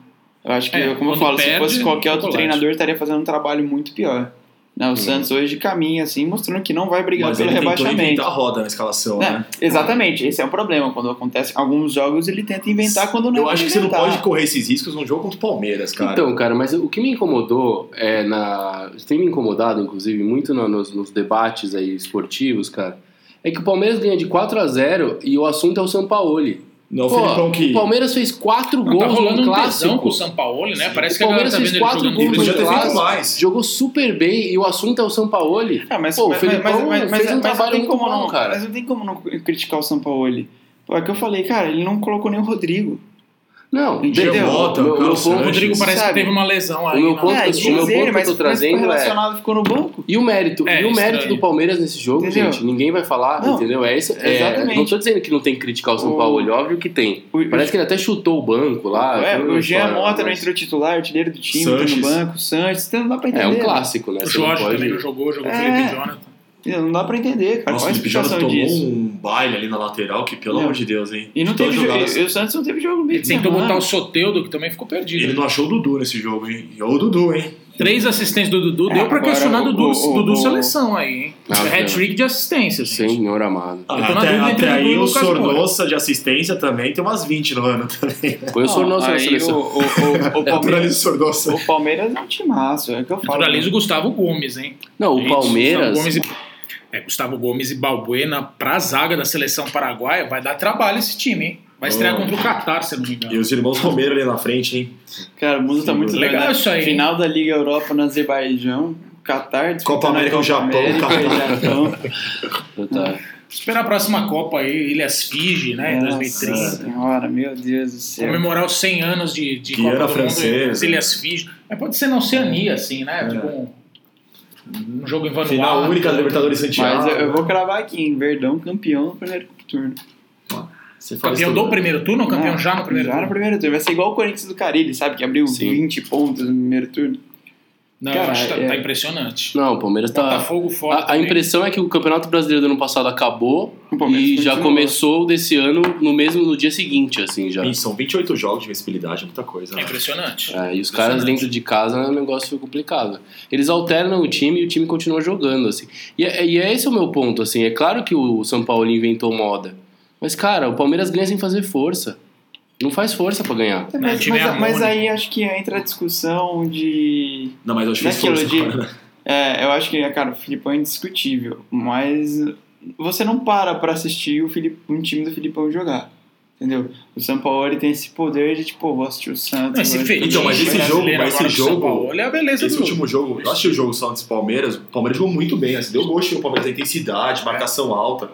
Eu acho que, É, como eu quando falo, se perde, fosse qualquer outro chocolate. treinador, estaria fazendo um trabalho muito pior. Né? O Santos hoje caminha assim, mostrando que não vai brigar Mas pelo ele tentou rebaixamento. inventar a roda na escalação, Né? né? Exatamente, esse é o problema. Quando acontece alguns jogos, ele tenta inventar quando não Eu é acho pra que você não inventar. pode correr esses riscos num jogo contra o Palmeiras, cara. Então, cara, mas o que me incomodou é na. Tem me incomodado, inclusive, muito na- nos, nos debates aí esportivos, cara. É que o Palmeiras ganha de 4 a 0 e o assunto é o São Paulo. não, o Felipão que. O Palmeiras fez 4 Não, gols tá rolando no um tesão com clássico. o São Paulo, né? Parece o que a galera Palmeiras tá fez vendo ele 4 jogando gols livre. Ele já no tem feito clássico. mais. Jogou super bem e o assunto é o São Paulo. Ah, mas, Pô, o mas- Felipão mas- mas- mas- fez um mas não trabalho tem como muito bom, não- cara. Mas não tem como não criticar o Sampaoli. Pô, é que eu falei, cara, ele não colocou nem o Rodrigo. Não, Entendeu? beleza. Bota, um Meu- o meu Carlos ponto- né? O Rodrigo Sabe? parece que teve uma lesão aí. meu na- ponto- o meu ponto que eu tô Ah, é mas, trazendo é mas foi relacionado ficou no banco. E o mérito, É, e o mérito estranho. do Palmeiras nesse jogo, Entendeu? gente, ninguém vai falar, Não, entendeu? É isso, é- exatamente. não tô dizendo que não tem que criticar o São O- Paulo, óbvio que tem. O- Parece que ele até chutou o banco lá. É, toda o uma Jean história, Mota não mas- entrou titular, artilheiro do time, entrou Sanches. no banco, Sanches, então não dá pra entender. É um né? clássico, né? O Você não Jorge pode- também não jogou, jogou o É. Felipe Jonathan. Não dá pra entender, cara. Nossa, o Qual a Felipe Jonathan explicação tomou disso? um baile ali na lateral, que pelo Não. amor de Deus, hein? E não De todas teve as jogo. jogadas- E o Santos não é. teve jogo né, meio Ele de tentou semana. botar um o Soteudo, que também ficou perdido. Ele não achou o Dudu nesse jogo, hein? E o Dudu, hein? Três assistentes do Dudu. É, Deu pra agora questionar o- Dudu, o- o- Dudu o- tá. seleção aí, hein? Ah, Hat-trick de assistência, gente. Senhor amado. Eu tô na Ah, até dúvida entre até Dudu e aí o Lucas Sornossa de assistência também tem umas 20 no ano também. Foi o Não, senhor nosso na aí seleção. O, o, o, o Palmeiras, Naturaliza o Sornossa. o Palmeiras é um timaço, é o que eu falo. Naturaliza o Gustavo Gomes, hein? Não, o Gente, Gustavo Palmeiras. Gomes e- é, Gustavo Gomes e Balbuena pra zaga da seleção paraguaia. Vai dar trabalho esse time, hein? Vai estrear Oh. contra o Catar, se eu não me engano. E os irmãos Romero ali na frente, hein? Cara, o mundo tá Sim, muito legal legal. isso aí, hein? Final da Liga Europa no Azerbaijão, Catar, disputando a América, o Japão, América, Catar. Japão. Tá. Esperar a próxima Copa aí, Ilhas Fiji, né? Em Nossa 2030. Senhora, meu Deus do céu. Comemorar os 100 anos de, de Guiana Copa do Mundo, Francesa. É. as Ilhas Fiji. Mas pode ser na Oceania, assim, né? Tipo um, um jogo em Vanuatu. Final única da Libertadores Santiago. Mas eu, eu vou cravar aqui, em Verdão, campeão no primeiro turno. Você faz Campeão tudo. do primeiro turno ou campeão Não, já no primeiro já no turno? primeiro turno. Vai ser igual o Corinthians do Carilli, sabe? Que abriu Sim. 20 pontos no primeiro turno. Não, Cara, eu acho que tá, é. tá impressionante. Não, o Palmeiras tá. Botafogo fora. A, a também. impressão é que o Campeonato Brasileiro do ano passado acabou O Palmeiras e já continuou. começou o desse ano no mesmo no dia seguinte, assim, já. Gente, São 28 jogos de vencibilidade, é muita coisa. É né? impressionante. É, e os caras dentro de casa é um negócio complicado. Eles alternam o time e o time continua jogando, assim. E, é- e é esse o meu ponto, assim. É claro que o São Paulo inventou moda. Mas, cara, o Palmeiras ganha sem fazer força. Não faz força pra ganhar. É, Não, Mas, time mas- harmônico. mas aí acho que entra a discussão de. Não, mas eu acho que Naquilo esforço, de- cara. É, eu acho que, cara, o Filipão é indiscutível, mas você não para pra assistir o Filip- um time do Filipão jogar. Entendeu? O São Paulo ele tem esse poder de, tipo, pô, vou assistir o Santos. Não, esse vou- fetiche Então, mas esse brasileiro jogo- mas agora esse pro São jogo- Paulo, Olha a beleza Esse do último jogo, eu achei o jogo Santos e Palmeiras. O Palmeiras jogou muito bem, assim, deu gosto. O Palmeiras tem intensidade, marcação alta,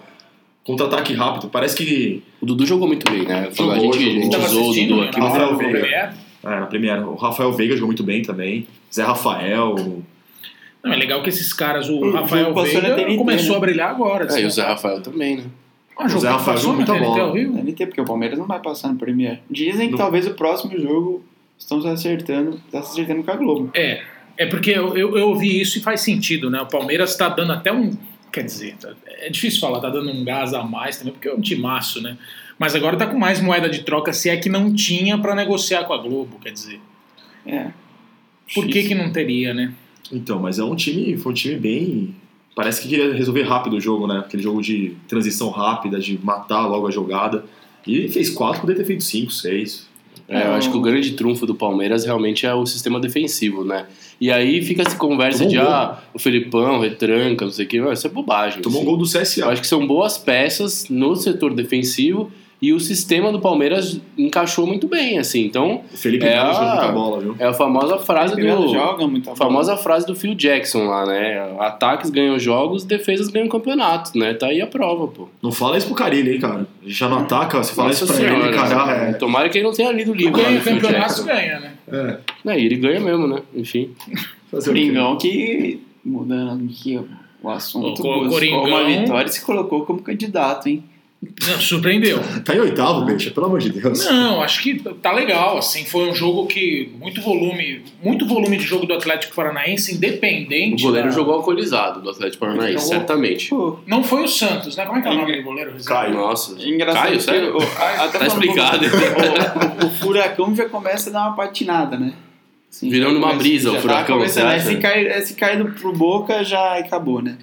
contra-ataque rápido. Parece que. O Dudu jogou muito bem, né? Jogou, a gente, a jogou. gente Tava usou o assistindo, Dudu né, aqui. na mas- hora Rafael do Veiga. Premier. É, na primeira. O Rafael Veiga jogou muito bem também. Zé Rafael. Não, é legal que esses caras, o O Rafael jogo passou Veiga na TNT, começou né? a brilhar agora. É, assim. e o Zé Rafael também, né? Ah, jogo O Zé que Rafael passou jogou na muita TNT ao bola. vivo. Deve ter, porque o Palmeiras não vai passar no Premier. Dizem que Não. talvez o próximo jogo estão se acertando, tá se acertando com a Globo. É, é porque eu, eu, eu ouvi isso e faz sentido, né? O Palmeiras tá dando até um. Quer dizer, tá- é difícil falar, tá dando um gás a mais também, porque é um timaço, né? Mas agora tá com mais moeda de troca, se é que não tinha pra negociar com a Globo, quer dizer. É. Por que que não teria, né? Então, mas é um time. Foi um time bem. Parece que queria resolver rápido o jogo, né? Aquele jogo de transição rápida, de matar logo a jogada. E fez quatro, poderia ter feito cinco, seis. É, eu acho que o grande trunfo do Palmeiras realmente é o sistema defensivo, né? E aí fica essa conversa Tomou de, um gol. ah, o Felipão, retranca, não sei o quê. Isso é bobagem. Tomou um assim. gol do Eu CSA. acho que são boas peças no setor defensivo e o sistema do Palmeiras encaixou muito bem, assim. Então, O Felipe É, Melo jogou ah, muita bola, viu? é a famosa frase Primeiro do joga muito a a famosa frase do Phil Jackson lá, né? Ataques ganham jogos, defesas ganham campeonatos, né? Tá aí a prova, pô. Não fala isso pro Carilho, hein, cara. Ele Já não ataca, se fala Nossa isso pra Senhora, ele, cara. É... Tomara que ele não tenha lido o livro lá Ganha do Phil campeonato, Jackson. ganha, né? É, assim, É, e ele ganha mesmo, né? Enfim. fazer o quê? Coringão que, mudando aqui o assunto, O Co- buscou Coringão- uma vitória e se colocou como candidato, hein? Não, surpreendeu. Tá em oitavo, Peixe, pelo amor de Deus. Não, acho que tá legal, assim, foi um jogo que muito volume, muito volume de jogo do Atlético Paranaense, O independente. goleiro da- jogou alcoolizado do Atlético Paranaense, Jogou. certamente. Pô, Não foi o Santos, né? Como é que é o nome do goleiro? Caio. Nossa. É engraçado Caio, que sério? o- a- até Tá falando um pouco- explicado. o, o furacão já começa a dar uma patinada, né? Assim, Virando já uma começa- brisa o já tá furacão, começando, você né? acha? Se cair, é, se cair do- pro Boca, já acabou, né?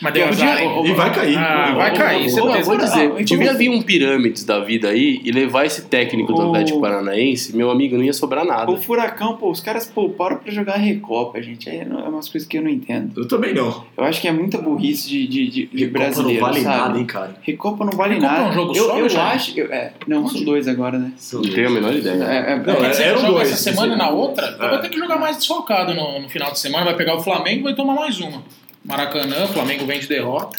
Mas deu Eu azar, podia- hein? E vai cair. Ah, vai cair, Você Pô, não, vou não, dizer, então- devia vir um Pirâmides da vida aí e levar esse técnico do O- Atlético Paranaense, meu amigo, não ia sobrar nada. O furacão, pô, os caras pouparam pra jogar Recopa, gente. Aí não- é umas coisas que eu não entendo. Eu também não. Eu acho que é muita burrice de, de, de, de Recopa brasileiro, não vale sabe? nada, hein, cara. Recopa não vale Recopa é um nada. jogo eu, só, eu já? acho. eu- é, não, são dois agora, né? Não tenho a menor ideia. É, é- Não, é- Quer dizer, eram joga dois, essa semana sim. na outra, É. vai ter que jogar mais desfalcado no, no final de semana, vai pegar o Flamengo e vai tomar mais uma. Maracanã, o Flamengo vem de derrota.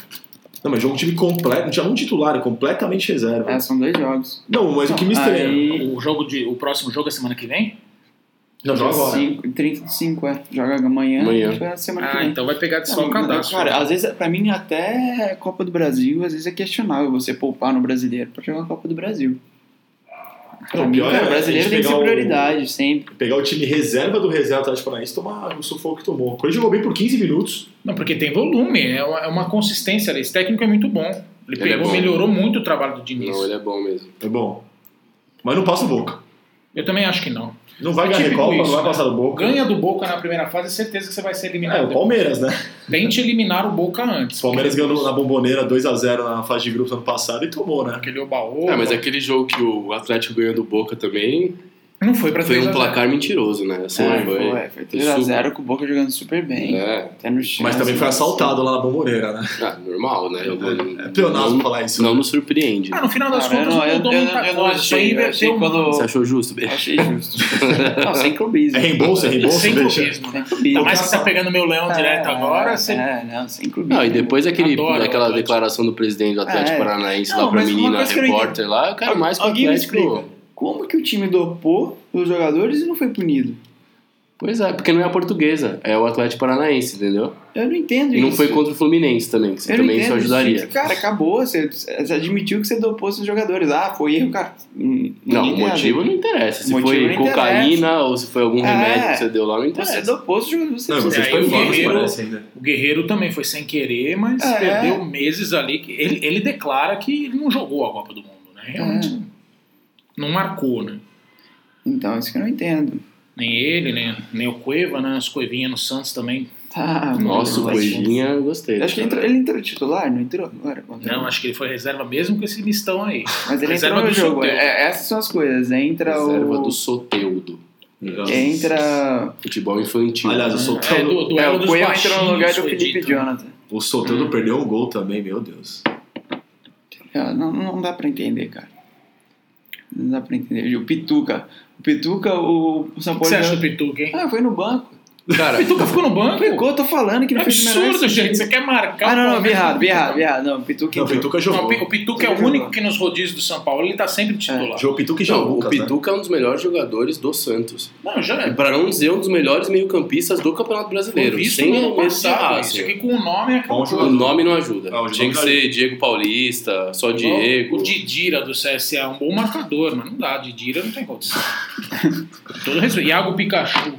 Não, mas jogou um time completo, não tinha um titular, completamente reserva. é, são dois jogos. Não, mas o que me estranha. Aí, O jogo de o próximo jogo é semana que vem? Não, joga agora. cinco, 30 de 5, é. Joga amanhã, Amanhã. joga semana que Ah, vem. então vai pegar Não, mas, desfalcadaço. cara, às vezes, pra mim, até Copa do Brasil, às vezes é questionável você poupar no brasileiro pra jogar a Copa do Brasil. Pra Não, mim, pior é cara, a o brasileiro gente tem que ser pegar o- prioridade sempre. Pegar o time reserva do reserva do Atlético Paranaense e tomar o sufoco que tomou. O Corinthians jogou bem por 15 minutos. Não, porque tem volume, é uma, é uma consistência. Esse técnico é muito bom. Ele, Ele é pegou, bom. melhorou muito o trabalho do Diniz. Não, ele é bom mesmo. É bom. Mas não passa o Boca. Eu também acho que não. Não vai É ganhar típico Recopa, não isso, vai né? passar do Boca. Ganha do Boca na primeira fase, é certeza que você vai ser É, eliminado. o Palmeiras, né? Tente eliminar o Boca antes. O Palmeiras porque ganhou na bomboneira 2x0 na fase de grupos ano passado e tomou, né? Aquele obaú. É, mas aquele jogo que o Atlético ganhou do Boca também Não foi pra foi três um a zero. placar mentiroso, né? Assim, É, foi, foi, foi 3x0 com o Boca jogando super bem. É, Até no chão, Mas também assim, foi assaltado lá na bomboneira, né? ah, normal, né? Eu- É pleonasmo falar isso. Não nos surpreende. Ah, no final das Cara, eu contas tá não não, eu, eu, mudou eu, muita não coisa. Só achei, eu achei um inverteu quando... Você achou justo, B? Achei justo. não, sem clubismo. É reembolso, é reembolso, sem deixa. clubismo. Sem né? clubismo. Ainda mais que você tá pegando meu leão É, direto agora. assim? é, Você... É, não, sem clubismo. Não, e depois aquele, Adoro o aquela Atlético. declaração do presidente do Atlético Ah, é. Paranaense Não, lá pra mas uma menina coisa que eu não repórter lá, eu quero mais pro Alguém me Atlético. explica. Como que o time dopou os jogadores e não foi punido? Pois é, porque não é a portuguesa, é o Atlético Paranaense, entendeu? Eu não entendo E isso. não foi contra o Fluminense também, que Eu não também entendo isso ajudaria. isso. Cara, acabou. Você, você admitiu que você dopou seus jogadores. Ah, foi erro, cara. Hum, Não, ninguém o tem a motivo ver. não interessa. Se Motivo foi não cocaína ou se foi algum É. remédio que você deu lá, não Então, Você interessa. dopou seus jogadores. Não, você vocês É, estão eu em Vênus, vi- parece ainda. O Guerreiro também foi sem querer, mas É. perdeu meses ali. que Ele, ele declara que ele não jogou a Copa do Mundo, né? Realmente É. não marcou, né? Então, isso que eu não entendo. Nem ele, nem, nem o Cueva, né? As Cuevinhas no Santos também. Tá, Nossa, mano, o vai se- coisinha, gostei. Acho que entrou- ele entrou titular, não entrou agora. Não, acho que ele foi reserva mesmo com esse mistão aí. Mas ele reserva entrou no do jogo. Soteldo. É, essas são as coisas. Entra Reserva o. do Soteudo. Entra. Futebol infantil. Aliás, o É, Soteldo, do, do é, o dos Coelho entrou no lugar baixinhos, do foi Felipe dito. né? Jonathan. o Soteldo perdeu um gol também, meu Deus. Cara, Não, não dá pra entender, cara. Não dá pra entender. E O Pituca. O Pituca, o, o São O que Paulo. você acha do Pituca, hein? Ah, foi no banco. O cara, Pituca ficou no banco? Pegou, eu tô falando que É não fez o menor absurdo, sentido. gente. Você quer marcar Ah, não, o não, vi Palmeiras? errado, vi errado, vi errado. Não, o Pituca Não, o entrou. Pituca Não, jogou. o Pituca é o Jogou. único que nos rodízios do São Paulo, ele tá sempre titular. Jogou o Pituca e não, jogou. o né? Pituca é um dos melhores jogadores do Santos. Não, é já E Pra não dizer um dos melhores meio-campistas do Campeonato foi Brasileiro. visto sem no ano medo de um errar, passado. assim. Isso aqui com o nome é Bom O jogador. acabou. nome não ajuda. Ah, o jogo Tinha que não ser Diego Paulista, só Diego. O Didira do CSA é um bom marcador, mas não dá. Didira não tem condição. Com Todo respeito. Iago Pikachu.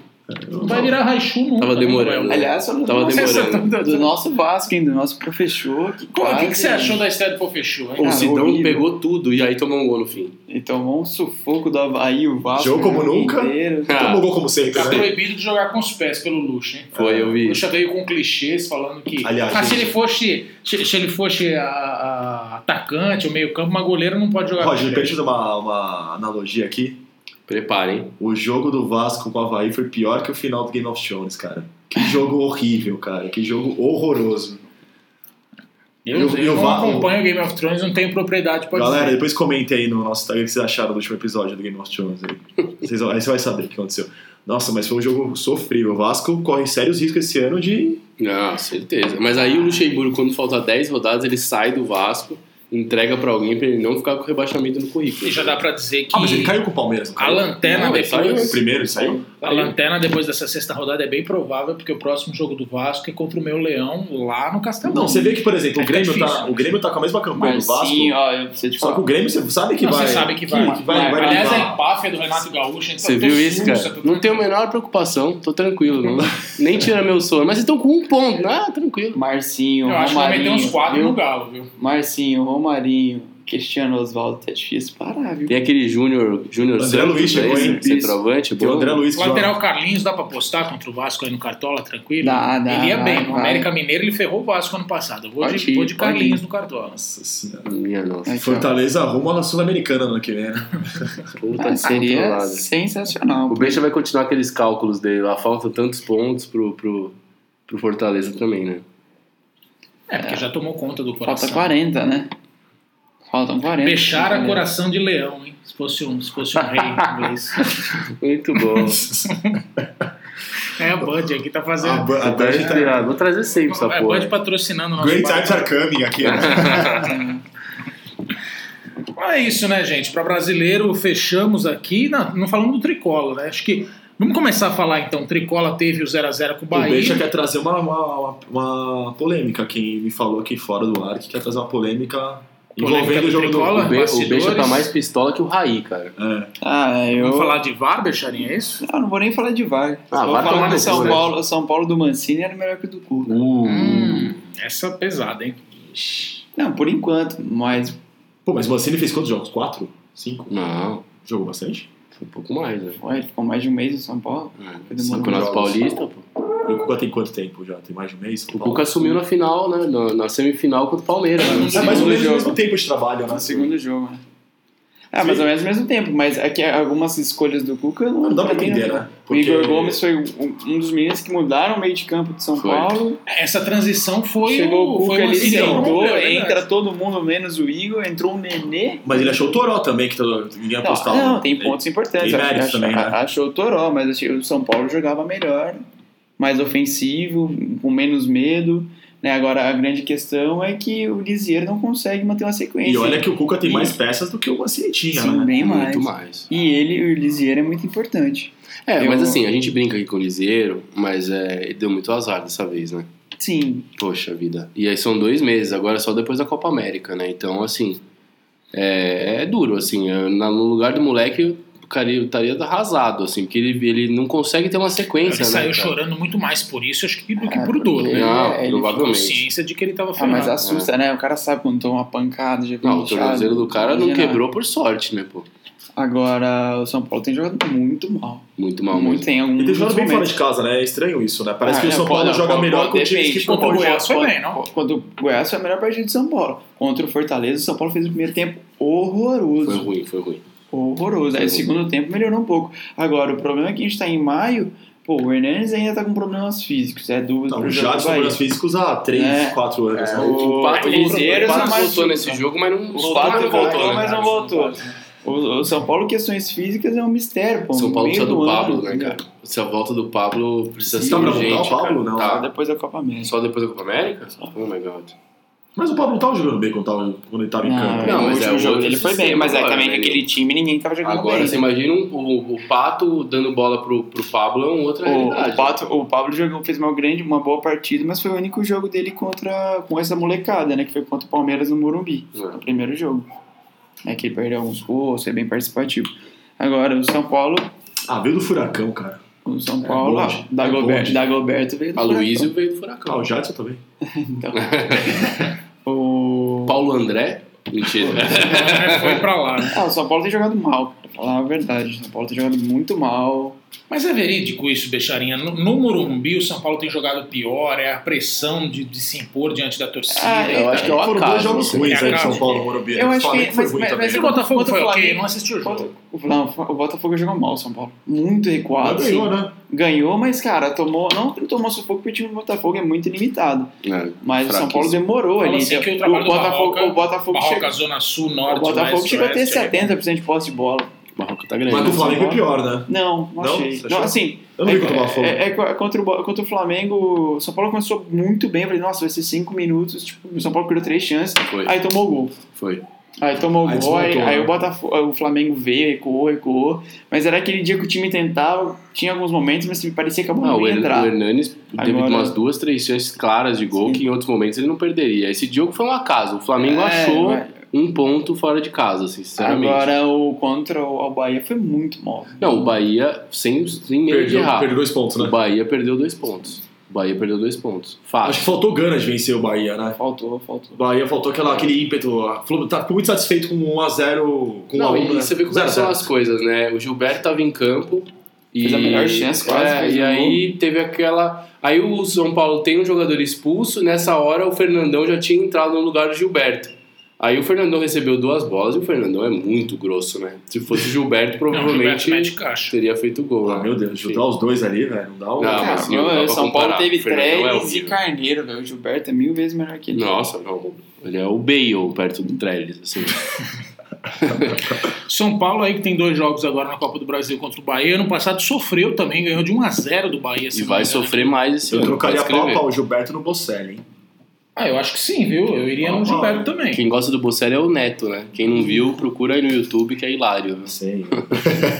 Não vai virar Raichu nunca. Tava né, demorando. Rafael? Aliás, só no Tava nosso, demorando. é do nosso Vasco, hein, do nosso professor. Que Pô, O que, quase- que você achou da estreia do Pofechou, hein? O Cara, Sidão horrível. pegou tudo e aí tomou um gol no fim. E tomou um sufoco do Havaí, o Vasco. Jogo como o jogo nunca. inteiro. Ah, Tomou gol como sempre, Tá né? proibido de jogar com os pés pelo Luxo, hein? foi, eu vi. Lucha veio com clichês falando que Aliás, ah, se gente- ele fosse se, se ele fosse a, a- atacante, o meio campo, uma goleira não pode jogar. Roger, com deixa ele. eu dar uma, uma analogia aqui. Preparem. O jogo do Vasco com o Havaí foi pior que o final do Game of Thrones, cara. Que jogo horrível, cara. Que jogo horroroso. eu, eu- eu, eu não vá- acompanho Game of Thrones, não tenho propriedade para Galera, dizer. depois comentem aí no nosso Instagram o que vocês acharam do último episódio do Game of Thrones. Aí, Vocês- aí você vai saber o que aconteceu. Nossa, mas foi um jogo sofrível. O Vasco corre sérios riscos esse ano de. Ah, certeza. Mas aí o Luxemburgo, quando faltar 10 rodadas, ele sai do Vasco, entrega pra alguém pra ele não ficar com rebaixamento no currículo. E já dá para dizer que Ah, mas Ah, ele caiu com o Palmeiras, não a caiu? lanterna Não, ele depois saiu. Primeiro, ele saiu? A lanterna depois dessa sexta rodada é bem provável, porque o próximo jogo do Vasco é contra o meu Leão lá no Castelão. Não, você vê que, por exemplo, É o Grêmio, tá, difícil. o Grêmio tá com a mesma campanha do Vasco. Marcinho, ó, eu preciso te Só falar. que o Grêmio, você sabe que Não, vai. você sabe que vai. que vai, vai Aliás, é levar. a empáfia do Renato Gaúcho. então Você eu tô viu isso, sussa, cara? tô Não um tenho a menor preocupação, tô tranquilo. Não, nem tira meu sono, mas vocês estão com um ponto. Ah, tranquilo. Marcinho, Eu acho que vai meter Romarinho. uns quatro viu? no Galo, viu? Marcinho, Romarinho, Cristiano Oswaldo, tá difícil parar, viu? Tem aquele Júnior Júnior André Santos, Luiz chegou, né, hein? esse Centroavante, Tem o bom. André Luiz que joga. Lateral Carlinhos dá pra apostar contra o Vasco aí no Cartola, tranquilo? Dá, dá, Ele ia dá, bem. No dá. América Mineiro ele ferrou o Vasco ano passado. Eu vou, Pode de, ir, vou de pode Carlinhos ir. no Cartola. Nossa senhora. Minha nossa. Aqui, ó. Fortaleza arruma a Sul-Americana ano que vem, né? Puta, Ah, seria controlado. sensacional. O Brecha vai continuar aqueles cálculos dele lá. Faltam tantos pontos pro, pro, pro Fortaleza também, né? É, porque já tomou conta do coração. Falta 40, né? Faltam 40. Fechar a né? coração de leão, hein? Se fosse um, se fosse um rei inglês. Muito bom. É, a Bud aqui tá A, Ah, fazendo. a Tá Band tá- inspirado. Vou trazer sempre essa é, a porra. Bud patrocinando o nosso Great papo. times are coming aqui. né? Então É isso, né, gente? Para brasileiro, fechamos aqui. Não, não falamos do Tricola, né? Acho que. Vamos começar a falar então. Tricola teve o 0x0 com o O Beixa Bahia. quer trazer uma, uma, uma- uma polêmica. Quem me falou aqui fora do ar que quer trazer uma polêmica envolvendo do o jogo do Tricola? O, Be o Becha tá bastidores. mais pistola que o Raí, cara. É. Ah, eu. Vamos falar de VAR, Becharinha, é isso? Não, não vou nem falar de VAR. Ah, vou vai tomar falar no de São cu, né? Paulo. O São Paulo do Mancini era melhor que o do Cu. Hum, essa é pesada, hein? Não, por enquanto, mas Pô, mas o Mancini fez quantos jogos? Quatro? Cinco? Não, Jogou bastante? um pouco mais, né? ué, ficou mais de um mês no São Paulo. É, Demorou Campeonato jogos. Paulista, pô. E o Cuca tem quanto tempo já? Tem mais de um mês? O Cuca sumiu na final, né? Na, na semifinal contra o Palmeiras. né? É mais ou menos o jogo. mesmo tempo de trabalho, né? No segundo jogo, né? Ah, mais ou menos ao mesmo tempo, mas é que algumas escolhas do Cuca não, Não dá pra mim não entender, dá. né? O Igor Gomes foi um um dos meninos que mudaram o meio de campo de São Foi. Paulo. Essa transição foi. Chegou o Cuca foi ali, Mancini, não sentou, deu, é entra verdade. todo mundo menos o Igor, entrou o Nenê. Mas ele achou o Toró também, que todo- ninguém Não, apostava. não, tem pontos importantes. tem méritos Acho- também, né? Achou o Toró, mas achei que o São Paulo jogava melhor, mais ofensivo, com menos medo. Né? Agora, a grande questão é que o Lisieiro não consegue manter uma sequência. E olha que o Cuca tem E- mais peças do que o Mancini tinha, Sim, né? bem é mais. Muito mais. E ele, o Lisieiro, é muito importante. É, Eu- mas assim, a gente brinca aqui com o Liseiro, mas é, ele deu muito azar dessa vez, né? Sim, Poxa vida. E aí são dois meses, agora só depois da Copa América, né? Então, assim, é, é duro, assim. eu- na- no lugar do moleque, o cara eu estaria arrasado, assim, porque ele, ele não consegue ter uma Ele sequência, né? saiu cara? chorando muito mais por isso, acho que do que É, por dor, porque- né? Não, Ele- ele provavelmente. Consciência de que ele tava ah, ferrado. mas assusta, né? O cara sabe quando toma uma pancada, já Não, o inchado. tornozelo do cara não Imagina. quebrou por sorte, né, pô? Agora, o São Paulo tem jogado muito mal. Muito mal, muito, muito. tem alguns Ele tem jogado bem fora momentos. de casa, né? É estranho isso, né? Parece Ah, que o é, São Paulo pode- joga pode- melhor pode- com times depende, que Contra o compõem. Goiás foi Quando- bem, não? Quando o Goiás foi a melhor partida de São Paulo. Contra o Fortaleza, o São Paulo fez o primeiro tempo Foi horroroso. ruim, foi ruim. Horroroso. Aí o Foi. segundo tempo melhorou um pouco. Agora, o problema é que a gente tá em maio, pô, o Hernandes ainda tá com problemas físicos. É Tá, dúvida Não, pro já jogo do de problemas Bahia. físicos há 3, É. 4 anos. né? O O Pato, Liseiro o Pato é mais voltou um, nesse né? jogo, mas não... O Pato voltou, voltou, né? mas não voltou. O, o São Paulo, questões físicas, é um mistério, pô. São Paulo no meio precisa do, Pablo, ano, né, cara? Se a volta do Pablo precisa Sim, ser dá pra urgente, voltar o cara. Pablo, não? né? Tá. Depois da Copa América. Só depois da Copa América? Oh my god. Mas o Pablo não tava jogando bem quando, tava, quando ele tava em campo. Não, no mas é último o jogo outro ele foi bem, sistema mas é agora, também né? com aquele time ninguém tava jogando Agora bem. você né? imagina um- o, o Pato dando bola pro, pro Pablo é uma outra O, realidade. o, Pato, o Pablo jogou, fez uma grande, uma boa partida, mas foi o único jogo dele contra com essa molecada, né? Que foi contra o Palmeiras no Morumbi, É. no primeiro jogo. É que ele perdeu alguns gols, foi bem participativo. Agora, o São Paulo, Ah, veio do Furacão, cara. o São Paulo, bom, ah, gente. É bom, Dagoberto, gente. Dagoberto veio do A Furacão. Luísio veio do Ah, o Furacão. Jadson também. Então, o... Paulo André? Mentira. É, foi pra lá. né? Ah, o São Paulo tem jogado mal, pra falar a verdade. O São Paulo tem jogado muito mal. Mas é verídico isso, Becharinha. No, no Morumbi, o São Paulo tem jogado pior, é a pressão de, de se impor diante da torcida. Ah, E eu acho que é o Foram dois acaso. jogos assim. ruins aí de Acaso. São Paulo, Morumbi. né? né? Eu acho Flamengo que- foi mas- ruim mas- também. né? mas o Botafogo Contra o foi ok, Flamengo. não assisti o jogo. O, não, o Botafogo jogou mal, o São Paulo. Muito Mas recuado. assim. ganhou, né? ganhou, mas, cara, tomou. Não que tomou sufoco porque o time do Botafogo é muito limitado. É, Mas o São Paulo fraquíssimo. demorou Fala ali. assim que o o, trabalho do Botafogo, Barroca- o Botafogo Barroca, chegou. Zona Sul, O Norte, é Botafogo Leste, chegou a ter Oeste, 70% de posse de bola. O Barroca tá grande. Mas do São Flamengo foi Paulo. pior, né? Não, não, Não? achei. Você Não, achou? assim, Eu não vi contra o Botafogo. é, é, é, contra, o, Bo- contra o Flamengo, o São Paulo começou muito bem. Eu falei, nossa, vai ser 5 minutos. Tipo, o São Paulo criou 3 chances. Foi, Aí tomou o gol. foi. Aí tomou o Aí gol, aí, desmontou, aí né? o, Botafogo, o Flamengo veio, recuou, recuou. Mas era aquele dia que o time tentava, tinha alguns momentos, mas parecia que a bola Ah, não o, ia Her entrar. o Hernanes teve Agora- umas duas, três chances claras de gol Sim. que em outros momentos ele não perderia. Esse jogo foi um acaso. O Flamengo É, achou mas- um ponto fora de casa, assim, sinceramente. Agora o contra o ao Bahia foi muito mal. Não, o Bahia sem, sem medo de Perdeu, errar. perdeu dois pontos, né? O Bahia perdeu dois pontos. O Bahia perdeu dois pontos. Acho Fácil. que faltou ganas de vencer o Bahia, né? Faltou, faltou. O Bahia faltou É. aquela, aquele ímpeto. a- Flu- Tá, ficou muito satisfeito com o 1x0. Com um, né? Não, o e você vê como é são as coisas, né? O Gilberto tava em campo. E, Fez a melhor chance, quase, É, fez e um aí teve aquela. Aí o São Paulo tem um jogador expulso. Nessa hora o Fernandão já tinha entrado no lugar do Gilberto. Aí o Fernandão recebeu duas bolas e o Fernandão é muito grosso, né? Se fosse o Gilberto, Não, o Gilberto provavelmente mete caixa. teria feito gol. Ah, né? meu Deus, Enfim. juntar os dois ali, velho, não dá Não, um. Cara, Ah, mas não dá o pra São Paulo comparar. teve O Fernandão é Trellis e horrível. Carneiro, velho. O Gilberto é mil vezes melhor que ele. Nossa, não. Ele é o Bale perto do Trellis, assim. São Paulo aí que tem dois jogos agora na Copa do Brasil contra o Bahia. Ano passado sofreu também, ganhou de 1 a 0 do Bahia. se E não vai me engano. sofrer mais esse Eu ano. trocaria pode pau a escrever. pau o Gilberto no Bocelli, hein? Ah, eu acho que sim, viu? Eu iria no Ah, Gilberto ah, também. Quem gosta do Bocelli é o Neto, né? Quem não viu, procura aí no YouTube que é hilário. né? Sim.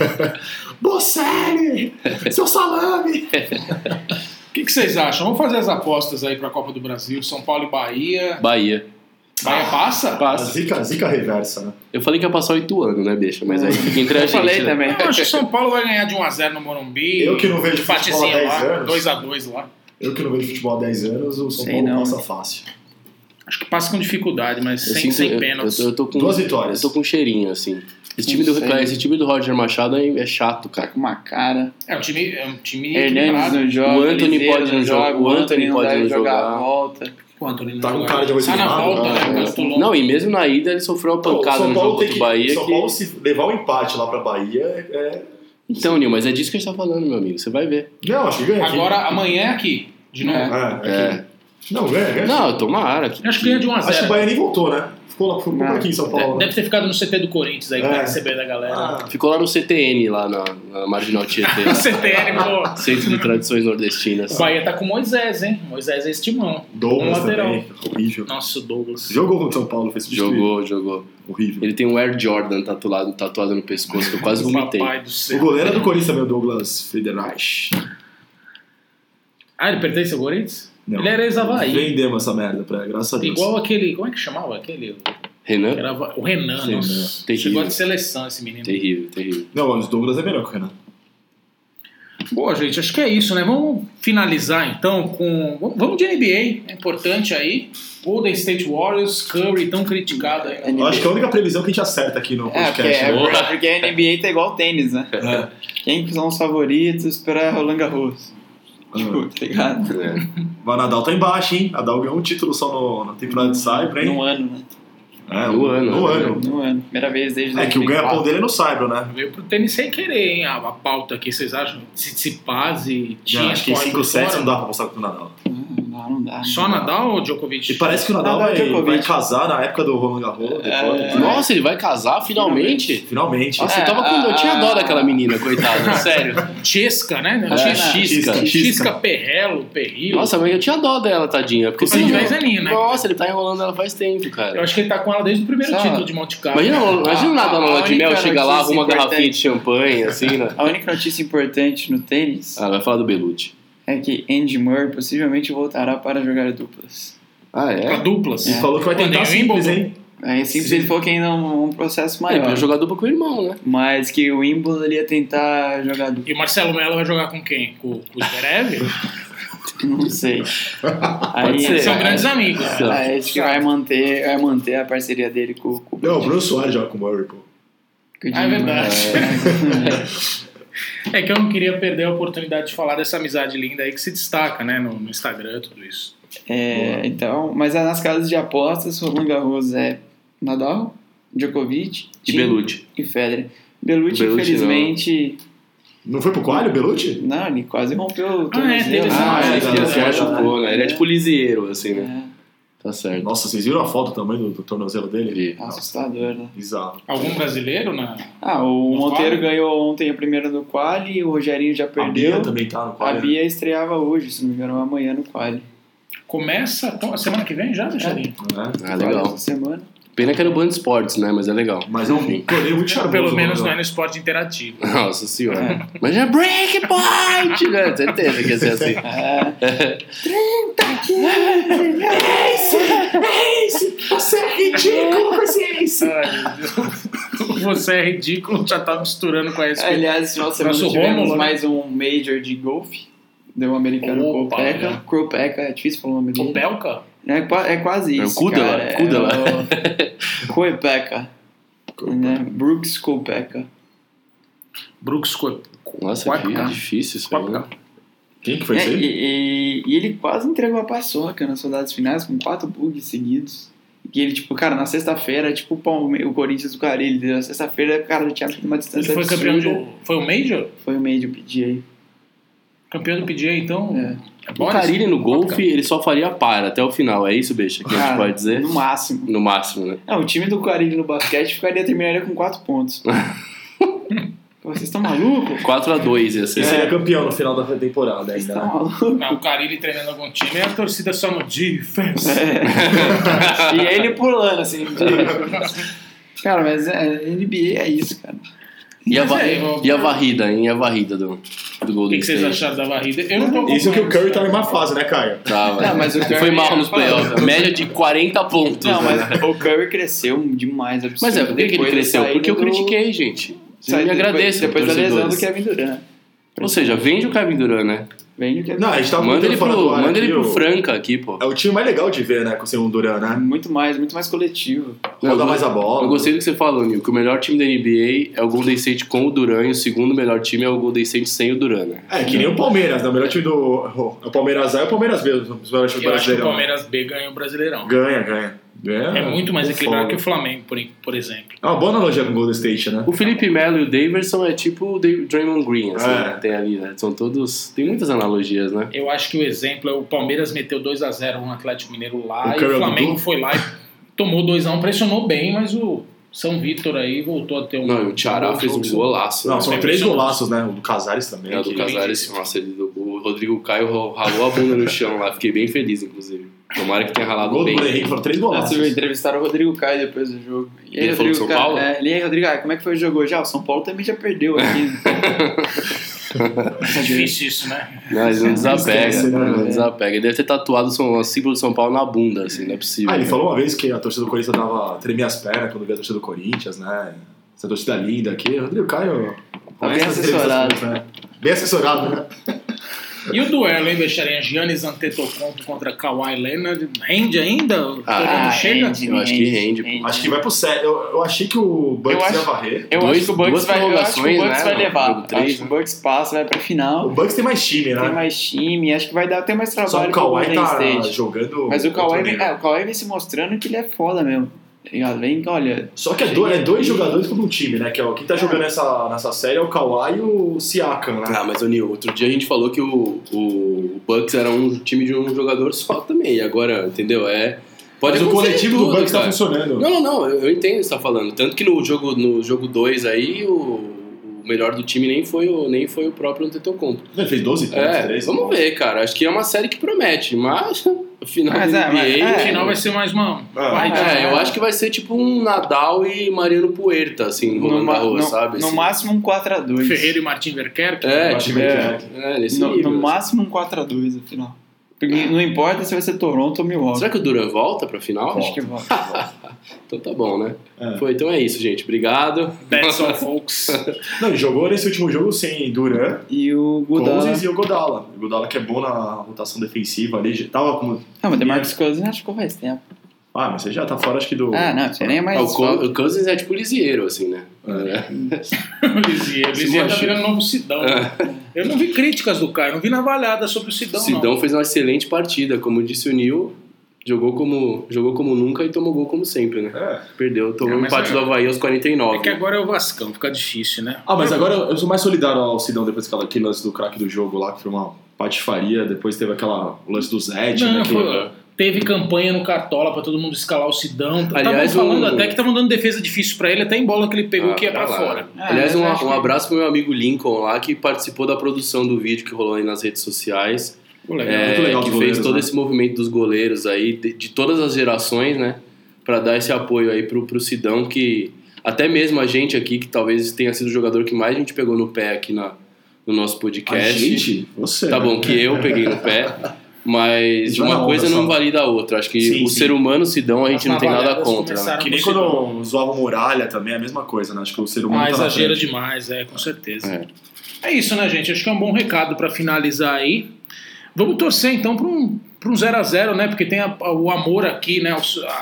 Bocelli! Seu salame! O que, que vocês acham? Vamos fazer as apostas aí para a Copa do Brasil, São Paulo e Bahia. Bahia. Bahia passa? A Passa. zica, zica reversa, né? Eu falei que ia passar oito anos, né, bicho? Mas aí fica entre a Eu gente. falei né? também. Eu acho que São Paulo vai ganhar de 1 a 0 no Morumbi. Eu que não vejo futebol há Empatezinho 10 lá, anos. 2 a 2 lá. Eu que não vejo futebol há 10 anos, o São Sei Paulo não, passa hein? fácil. Acho que passa com dificuldade, mas Eu sem, sinto- sem eu- pênaltis. Eu, tô- eu tô com, Duas vitórias. Eu tô com um cheirinho, assim. Esse time, do, Não sei. esse time do Roger Machado é, é chato, Tá cara. com uma cara. É um time. É um time Hernandes equilibrado. né? não joga. O Anthony Oliveira pode não jogar, O Anthony não pode deve não jogar jogar. a volta. O Antônio não Tá com joga. cara de arroz Tá na queimado, volta, né? né? Mas tô longe. Ah, Não, e mesmo na ida ele sofreu uma Então, o pancada São Tá no Paulo jogo tem contra que, o Bahia. São que- Paulo se levar o empate lá pra Bahia é. Então, Nil, mas é disso que a gente tá falando, meu amigo. Você vai ver. Não, acho que ganha. aqui. Agora, amanhã é aqui, de novo. É. É, aqui. Não, ganha, ganha. É. Não, tomara. Eu Acho que ganha de 1 a Acho que o 0 Bahia nem voltou, né? Ficou lá, ficou Não. aqui em São Paulo. né? Deve ter ficado no CT do Corinthians aí, pra É. receber da galera. Ah, Ficou lá no CTN, lá na, na Marginal Tietê. lá. CTN, pô. Centro de Tradições Nordestinas. O Bahia tá com o Moisés, hein? Moisés é estimão. Douglas Um lateral. também, horrível. Nossa, o Douglas. Jogou contra o São Paulo, foi substituído. Jogou, jogou. Horrível. Ele tem um Air Jordan tatuado, tatuado no pescoço, que eu quase vomitei. Papai do O céu. goleiro é do Corinthians também, o Douglas Federais. Ah, ele pertence ao Corinthians? Não. Ele era ex-Havaí. Vendemos essa merda, pra, graças a Deus. Igual aquele. Como é que chamava aquele? Renan? Era Hava- o Renan, Sim, nossa. né? Chegou Terrível. de seleção esse menino. Terrível, terrível. Não, mas o Douglas é melhor que o Renan. Bom, gente, acho que é isso, né? Vamos finalizar então com. vamos- Vamos de NBA, é importante aí. Golden State Warriors, Curry, tão criticado aí. né? Eu acho que é a única previsão que a gente acerta aqui no É, porque, podcast. é, né? porque- porque a NBA tá igual tênis, né? É. Quem são os favoritos pra Roland Garros? Ah. Tipo, tá ligado? É. Mas Ah. Nadal tá embaixo, hein? Nadal ganhou um título só no, na temporada de Saibro, hein? Num ano, né? É, No ano, No né? ano. Num ano. Primeira vez desde É que o 2004. ganha-pão dele é no Saibro, né? Veio pro tênis sem querer, hein? A, a pauta aqui, vocês acham? Tsitsipas e Já, tinha acho que fora 5 por sets fora? não dá pra passar com o Nadal. Não, não dá. né? Só Nadal ou Djokovic? E parece que o Nadal Nadal e vai, Djokovic. vai casar na época do Roland Garros. depois. né? Nossa, ele vai casar finalmente? Finalmente. Nossa, É, eu, tava com... eu tinha dó daquela menina, coitada, sério. Chesca, né? É, Chesca, Chisca. Chisca, Chisca. Perrello, Perrillo. Nossa, mas eu tinha dó dela, tadinha. Porque Porque você- mais é Nina. Nossa, ele tá enrolando ela faz tempo, Eu cara. acho que ele tá com ela desde o primeiro Sabe? título de Monte Carlo. né? Imagina, imagina o Nadal na lua de mel, chega lá, arruma uma Importante. garrafinha de champanhe, assim, né? A única notícia importante no tênis Ah, vai falar do Belucci. é que Andy Murray possivelmente voltará para jogar duplas. Ah, Pra é? duplas. Ele falou que vai Quando tentar em simples, Wimbledon. hein? Aí Sim. simplesmente falou que ainda é um, um processo Ele maior. é jogar dupla com o irmão, né? Mas que o Wimbledon ele ia tentar jogar duplas. E o Marcelo Melo vai jogar com quem? Com, com o Zverev? Não sei. Aí, ser. São grandes amigos. Sei lá. É, acho que vai manter, vai manter a parceria dele com, com, Não, o Bruno Soares joga com o Murray, pô. com o Ah, é Jimmy. verdade. É. É que eu não queria perder a oportunidade de falar dessa amizade linda aí que se destaca, né? No, no Instagram, tudo isso. É, então, mas é nas casas de apostas, Roland Garros é Nadal, Djokovic E Thiem Belucci. e Federer. Belucci, Belucci não. infelizmente, Não foi pro Coalho, Belucci? não. ele quase rompeu o Ah, é, teve tornozelo. esse Ah, Ah, ele é, se é, machucou, né? Ele é tipo lisieiro, assim, né? É, Tá certo. Nossa, vocês viram a foto também do, do tornozelo dele? Vi. assustador, né? Bizarro. Algum brasileiro na. Ah, o No Monteiro quali? ganhou ontem a primeira no quali, o Rogerinho já A Bia perdeu. também tá no A né? Coalho. Bia estreava hoje, se não me engano, é amanhã no quali. Começa então, a semana que vem já, Alexandre? né? Ah, legal. Essa semana. Pena que era o Band Esportes, né? Mas é legal. Mas é um torneio muito charmoso. Pelo menos mano. não é no esporte interativo. Nossa senhora. Mas é breakpoint, né? Certeza que ia ser assim. É Ai, meu Deus. é Você é ridículo, já tá misturando com a SP. É, Aliás, esse final de semana Nosso tivemos Rômulo, né? mais um Major de golfe. Deu um americano Opa, Kopeka. né? Kopeka, é difícil falar o nome O dele. Belka? É, qua- é quase É o isso. Kudela, cara. Kudela. É o Kopeka. Né? Brooks Kopeka. Brooks Co- Nossa, que 4K. difícil isso aí. né? 4K. Quem que foi É, isso aí? e, e- e ele quase entregou a paçoca nas rodadas finais com quatro bugs seguidos. E ele, tipo, cara, na sexta-feira, tipo, o, Palme o Corinthians do Carilho, na sexta-feira, cara, já tinha uma Ele distância foi absurda. campeão de. Foi o Major? Foi o meio do PGA. Campeão do PGA, então. É. É O Boris? Carilli no 4K. golfe, ele só faria par até o final. É isso, Beixa, que a gente Cara, pode dizer? é No máximo. No máximo, né? Não, o time do Carilho no basquete ficaria, terminaria com quatro pontos. Vocês estão malucos? 4x2 ia ser. Ele É. seria é campeão no final da temporada Vocês ainda. estão né? malucos? Não, o Carilli É um treinando algum time é a torcida só no defense. É. e ele pulando, assim. de- Cara, mas é, NBA é isso, cara. E a, Mas va- é, eu- e a varrida, hein? E a varrida do, do O que, Golden que vocês State. acharam da varrida? Eu não tô Isso é que o Curry tá acompanhando. em má fase, né, Caio? Tá, vai. Não, Ah, mas o Ele Curry foi mal nos ia falar. playoffs. Média de 40 pontos. Não, né? mas o Curry cresceu demais, absurdo. Mas é, por que, que ele Depois da cresceu? saída Porque eu do- critiquei, gente. Você me saída- agradece, Depois, depois da lesão do torcedores. Kevin Durant. Ou seja, vende o Kevin Durant, né? Vem é o Kevin Não, a gente tava Manda ele comentando Tá fora pro, do ar manda ele aqui, pro o- Franca aqui, pô. É o time mais legal de ver, né, com o seu Duran, né? Muito mais, muito mais coletivo. Não, eu Roda go- mais a bola. Eu gostei do que você falou, Nil, que o melhor time da NBA é o Golden State com o Duran e o segundo melhor time é o Golden State sem o Duran, né? É, que nem o Palmeiras, né? O melhor time do. O Palmeiras A é o Palmeiras B, os melhores times Eu acho que o brasileiros. Palmeiras B ganha o Brasileirão. Ganha, ganha. né? Ganha. É muito mais com equilibrado que folga. o Flamengo, por, por exemplo. É uma boa analogia com o Golden State, né? O Felipe Melo e o Davidson é tipo o Dave- Draymond Green, assim, É. né? tem ali, né? São todos... Tem muitas analogias, né? Eu acho que o exemplo é o Palmeiras meteu 2x0 um Atlético Mineiro lá O e Curry é o o Flamengo Dudu? foi lá e tomou 2x1, pressionou bem, mas o São Vitor aí voltou a ter um. Não, e o Tiará fez um golaço. Não, né? são é três impressionante. golaços, né? O do Casares também. É, o do que- Casares, nossa, ele- o Rodrigo Caio ro- ralou a bunda no chão lá, fiquei bem feliz, inclusive. Tomara que tenha O ralado gol do bem. Bruno Henrique foram três Nossa, golaços. eu entrevistaram o Rodrigo Caio depois do jogo. E Ele falou Rodrigo do São Caio- Paulo? É, ele aí, Rodrigo Caio, como é que foi o jogo hoje? Ah, o São Paulo também já perdeu aqui. É difícil isso, né? Não, ele não desapega, Esquece, né, não velho? desapega. Ele deve ter tatuado o São- o símbolo do São Paulo na bunda, assim, não é possível. Ah, ele né? falou uma vez que a torcida do Corinthians dava tremia as pernas quando via a torcida do Corinthians, né? Essa torcida linda aqui. Rodrigo Caio. Tá bem essas assessorado. entrevistas, né? Bem assessorado, né? E o duelo, hein, Beixarinha? Giannis Antetokounmpo contra Kawhi Leonard. Rende ainda? O Ah, Toronto rende, chega? eu acho que rende, pô. Acho que vai pro sério. Eu, eu achei que o Bucks Eu acho- ia varrer. Eu Dois- acho que o Bucks duas vai, eu acho que o prorrogações, Bucks né, vai no levar. jogo três, acho que o né? Bucks passa, vai pra O final. Bucks tem mais time, Tem né? mais time, acho que vai dar até mais Só que trabalho o pro Kawhi Golden tá State. jogando. Mas o outro Kawhi, vem, nível. é, o Kawhi vem se mostrando que ele é foda mesmo. Tá ligado? Vem, olha, Só que é dois, é dois jogadores contra um time, né? Que é o- quem tá jogando nessa, nessa série é o Kawhi e o Siakam, né? Ah, mas o Nil, outro dia a gente falou que o, o Bucks era um time de um jogador só também. E agora, entendeu? É. Pode Mas o acontecer coletivo tudo, do Bucks tá cara. funcionando. Não, não, não, eu eu entendo o que você tá falando. Tanto que no jogo 2 no jogo dois aí, o, o melhor do time nem foi o, nem foi o próprio Antetokounmpo. Ele fez 12 pontos, É, né? 13 vamos pontos. ver, cara. Acho que é uma série que promete, mas o final Mas do é, NBA... mas- é. No final vai ser mais uma. Ah, Vai, É, eu acho que vai ser tipo um Nadal e Mariano Puerta, assim, no no, Roland ma- Garros, no- sabe? no assim. máximo um 4x2. Ferreira e Martin Verkerk. É, Martin tipo, Verkerk. é, é, nesse No, nível. no máximo um 4x2 no final. Porque não importa se vai ser Toronto ou Milwaukee. assim. Será que o Duran volta pra final? Acho que volta. Então tá bom, né? É. Foi, então é isso, gente. Obrigado. That's all, folks. Não, ele jogou nesse último jogo sem Duran, E o Godala. Cousins e o Godala. O Godala que é bom na rotação defensiva ali. já Tava como... Não, mas o Demarcus Cousins acho que faz tempo. Ah, mas você já tá fora, acho que do... Ah, não, você nem é mais. Ah, o, Cou- desfalque. o Cousins é tipo lisieiro, assim, né? É. Lisier. Lisier tá machuca. virando novo Sidão. É. Eu não vi críticas do cara, não vi navalhada sobre o Então Sidão, Sidão fez uma excelente partida, como disse o Nil. Jogou como, jogou como nunca e tomou gol como sempre, né? É. Perdeu, tomou É, um mas empate é- do Havaí aos não. 49. É que agora é o Vascão, fica difícil, né? Ah, mas agora eu sou mais solidário ao Sidão depois daquela- aquele lance do craque do jogo lá, que foi uma patifaria. Depois teve aquela o lance do É, Zed, tipo, Não, né? que- foi- teve campanha no Cartola pra todo mundo escalar o Sidão. Estavam Aliás, falando o- até que estavam dando defesa difícil pra ele, até em bola que ele pegou Ah, que ia tá pra lá. fora. Ah, Aliás, mas um, eu acho um que- abraço pro meu amigo Lincoln lá, que participou da produção do vídeo que rolou aí nas redes sociais. Pô, legal. É, muito legal que dos goleiros, fez todo né? esse movimento dos goleiros aí, de, de todas as gerações, né? Pra para dar esse apoio aí pro, pro Sidão, que até mesmo a gente aqui, que talvez tenha sido o jogador que mais a gente pegou no pé aqui na, no nosso A podcast. gente, você. Tá né? bom, que eu peguei no pé. Mas Vai na uma onda coisa não só. valida a outra. Acho que Sim, o sim. ser humano Sidão a gente não tem nada avaliadas contra. né? começaram Que nem com Sidão. É, quando zoavam muralha também, é a mesma coisa, né? Acho que o ser humano. Ah, tá na exagera frente. demais, é, com certeza. É. É. isso, né, gente? Acho que é um bom recado pra finalizar aí. Vamos torcer, então, pra um 0x0, um zero a zero, né? Porque tem a- a- o amor aqui, né? O-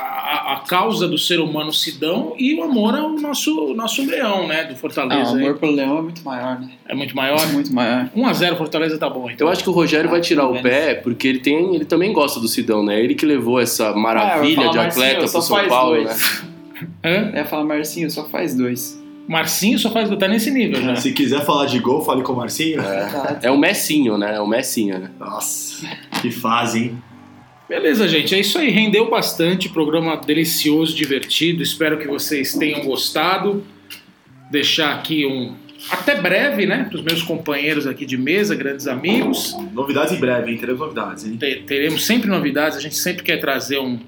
A, a- a causa do ser humano Sidão e o amor ao nosso, nosso leão, né? Do Ah, o Fortaleza. aí. amor pro Leão é muito maior, né? É muito maior. Muito maior. 1x0 Fortaleza tá bom, então. Eu acho que o Rogério vai tirar o pé porque ele tem, ele também gosta do Sidão, né? Ele que levou essa Ah, maravilha de atleta pro São Paulo, né? Hã? É, falar Marcinho, só faz dois. Marcinho só faz tá nesse nível já. Se quiser falar de gol, fale com o Marcinho. É o Messinho, né? É o Messinho, né? Nossa, que fase, hein? Beleza, gente. É isso aí. Rendeu bastante. Programa delicioso, divertido. Espero que vocês tenham gostado. Deixar aqui um. Até breve, né? Para os meus companheiros aqui de mesa, grandes amigos. Novidades em breve, hein? Teremos novidades, hein? Te- teremos sempre novidades. A gente sempre quer trazer um,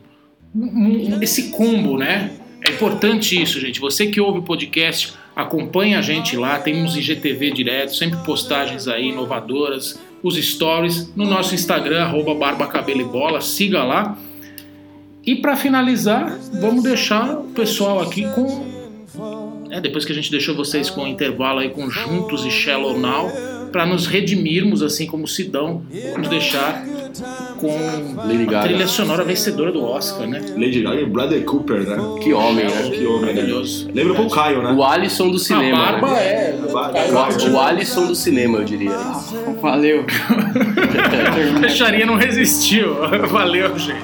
um- um- esse combo, né? É importante isso, gente. Você que ouve o podcast, acompanha a gente lá. Temos IGTV direto, sempre postagens aí inovadoras, os stories no nosso Instagram, arroba barba cabelo e bola. Siga lá. E para finalizar, vamos deixar o pessoal aqui com. É, depois que a gente deixou vocês com o intervalo aí com Juntos e Shallow Now, para nos redimirmos, assim como Sidão, nos deixar com Lady a Gaga. trilha sonora vencedora do Oscar, né? Lady Gaga e Bradley Cooper, né? Que homem, né? Que homem, né? Maravilhoso. Lembra o Paul Caio, né? O Alisson do a cinema. barba né? é. O Al- O Alisson do cinema, eu diria. Valeu. Fecharia não resistiu. Valeu, gente.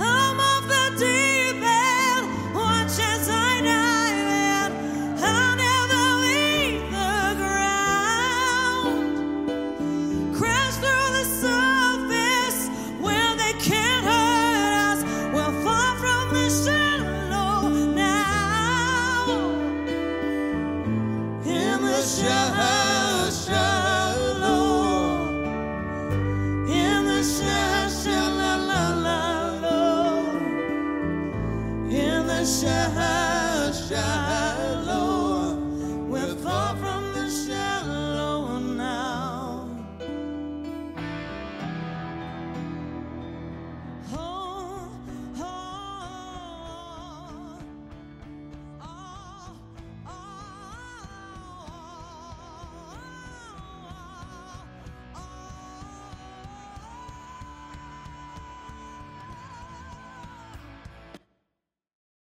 I'm off the deep end, watch as I dive in. I'll never leave the ground crash through the surface where they can't hurt us. We're far from the shallow now. In the shallow, shallow. In the shallow, shallow. In the shallow, shallow.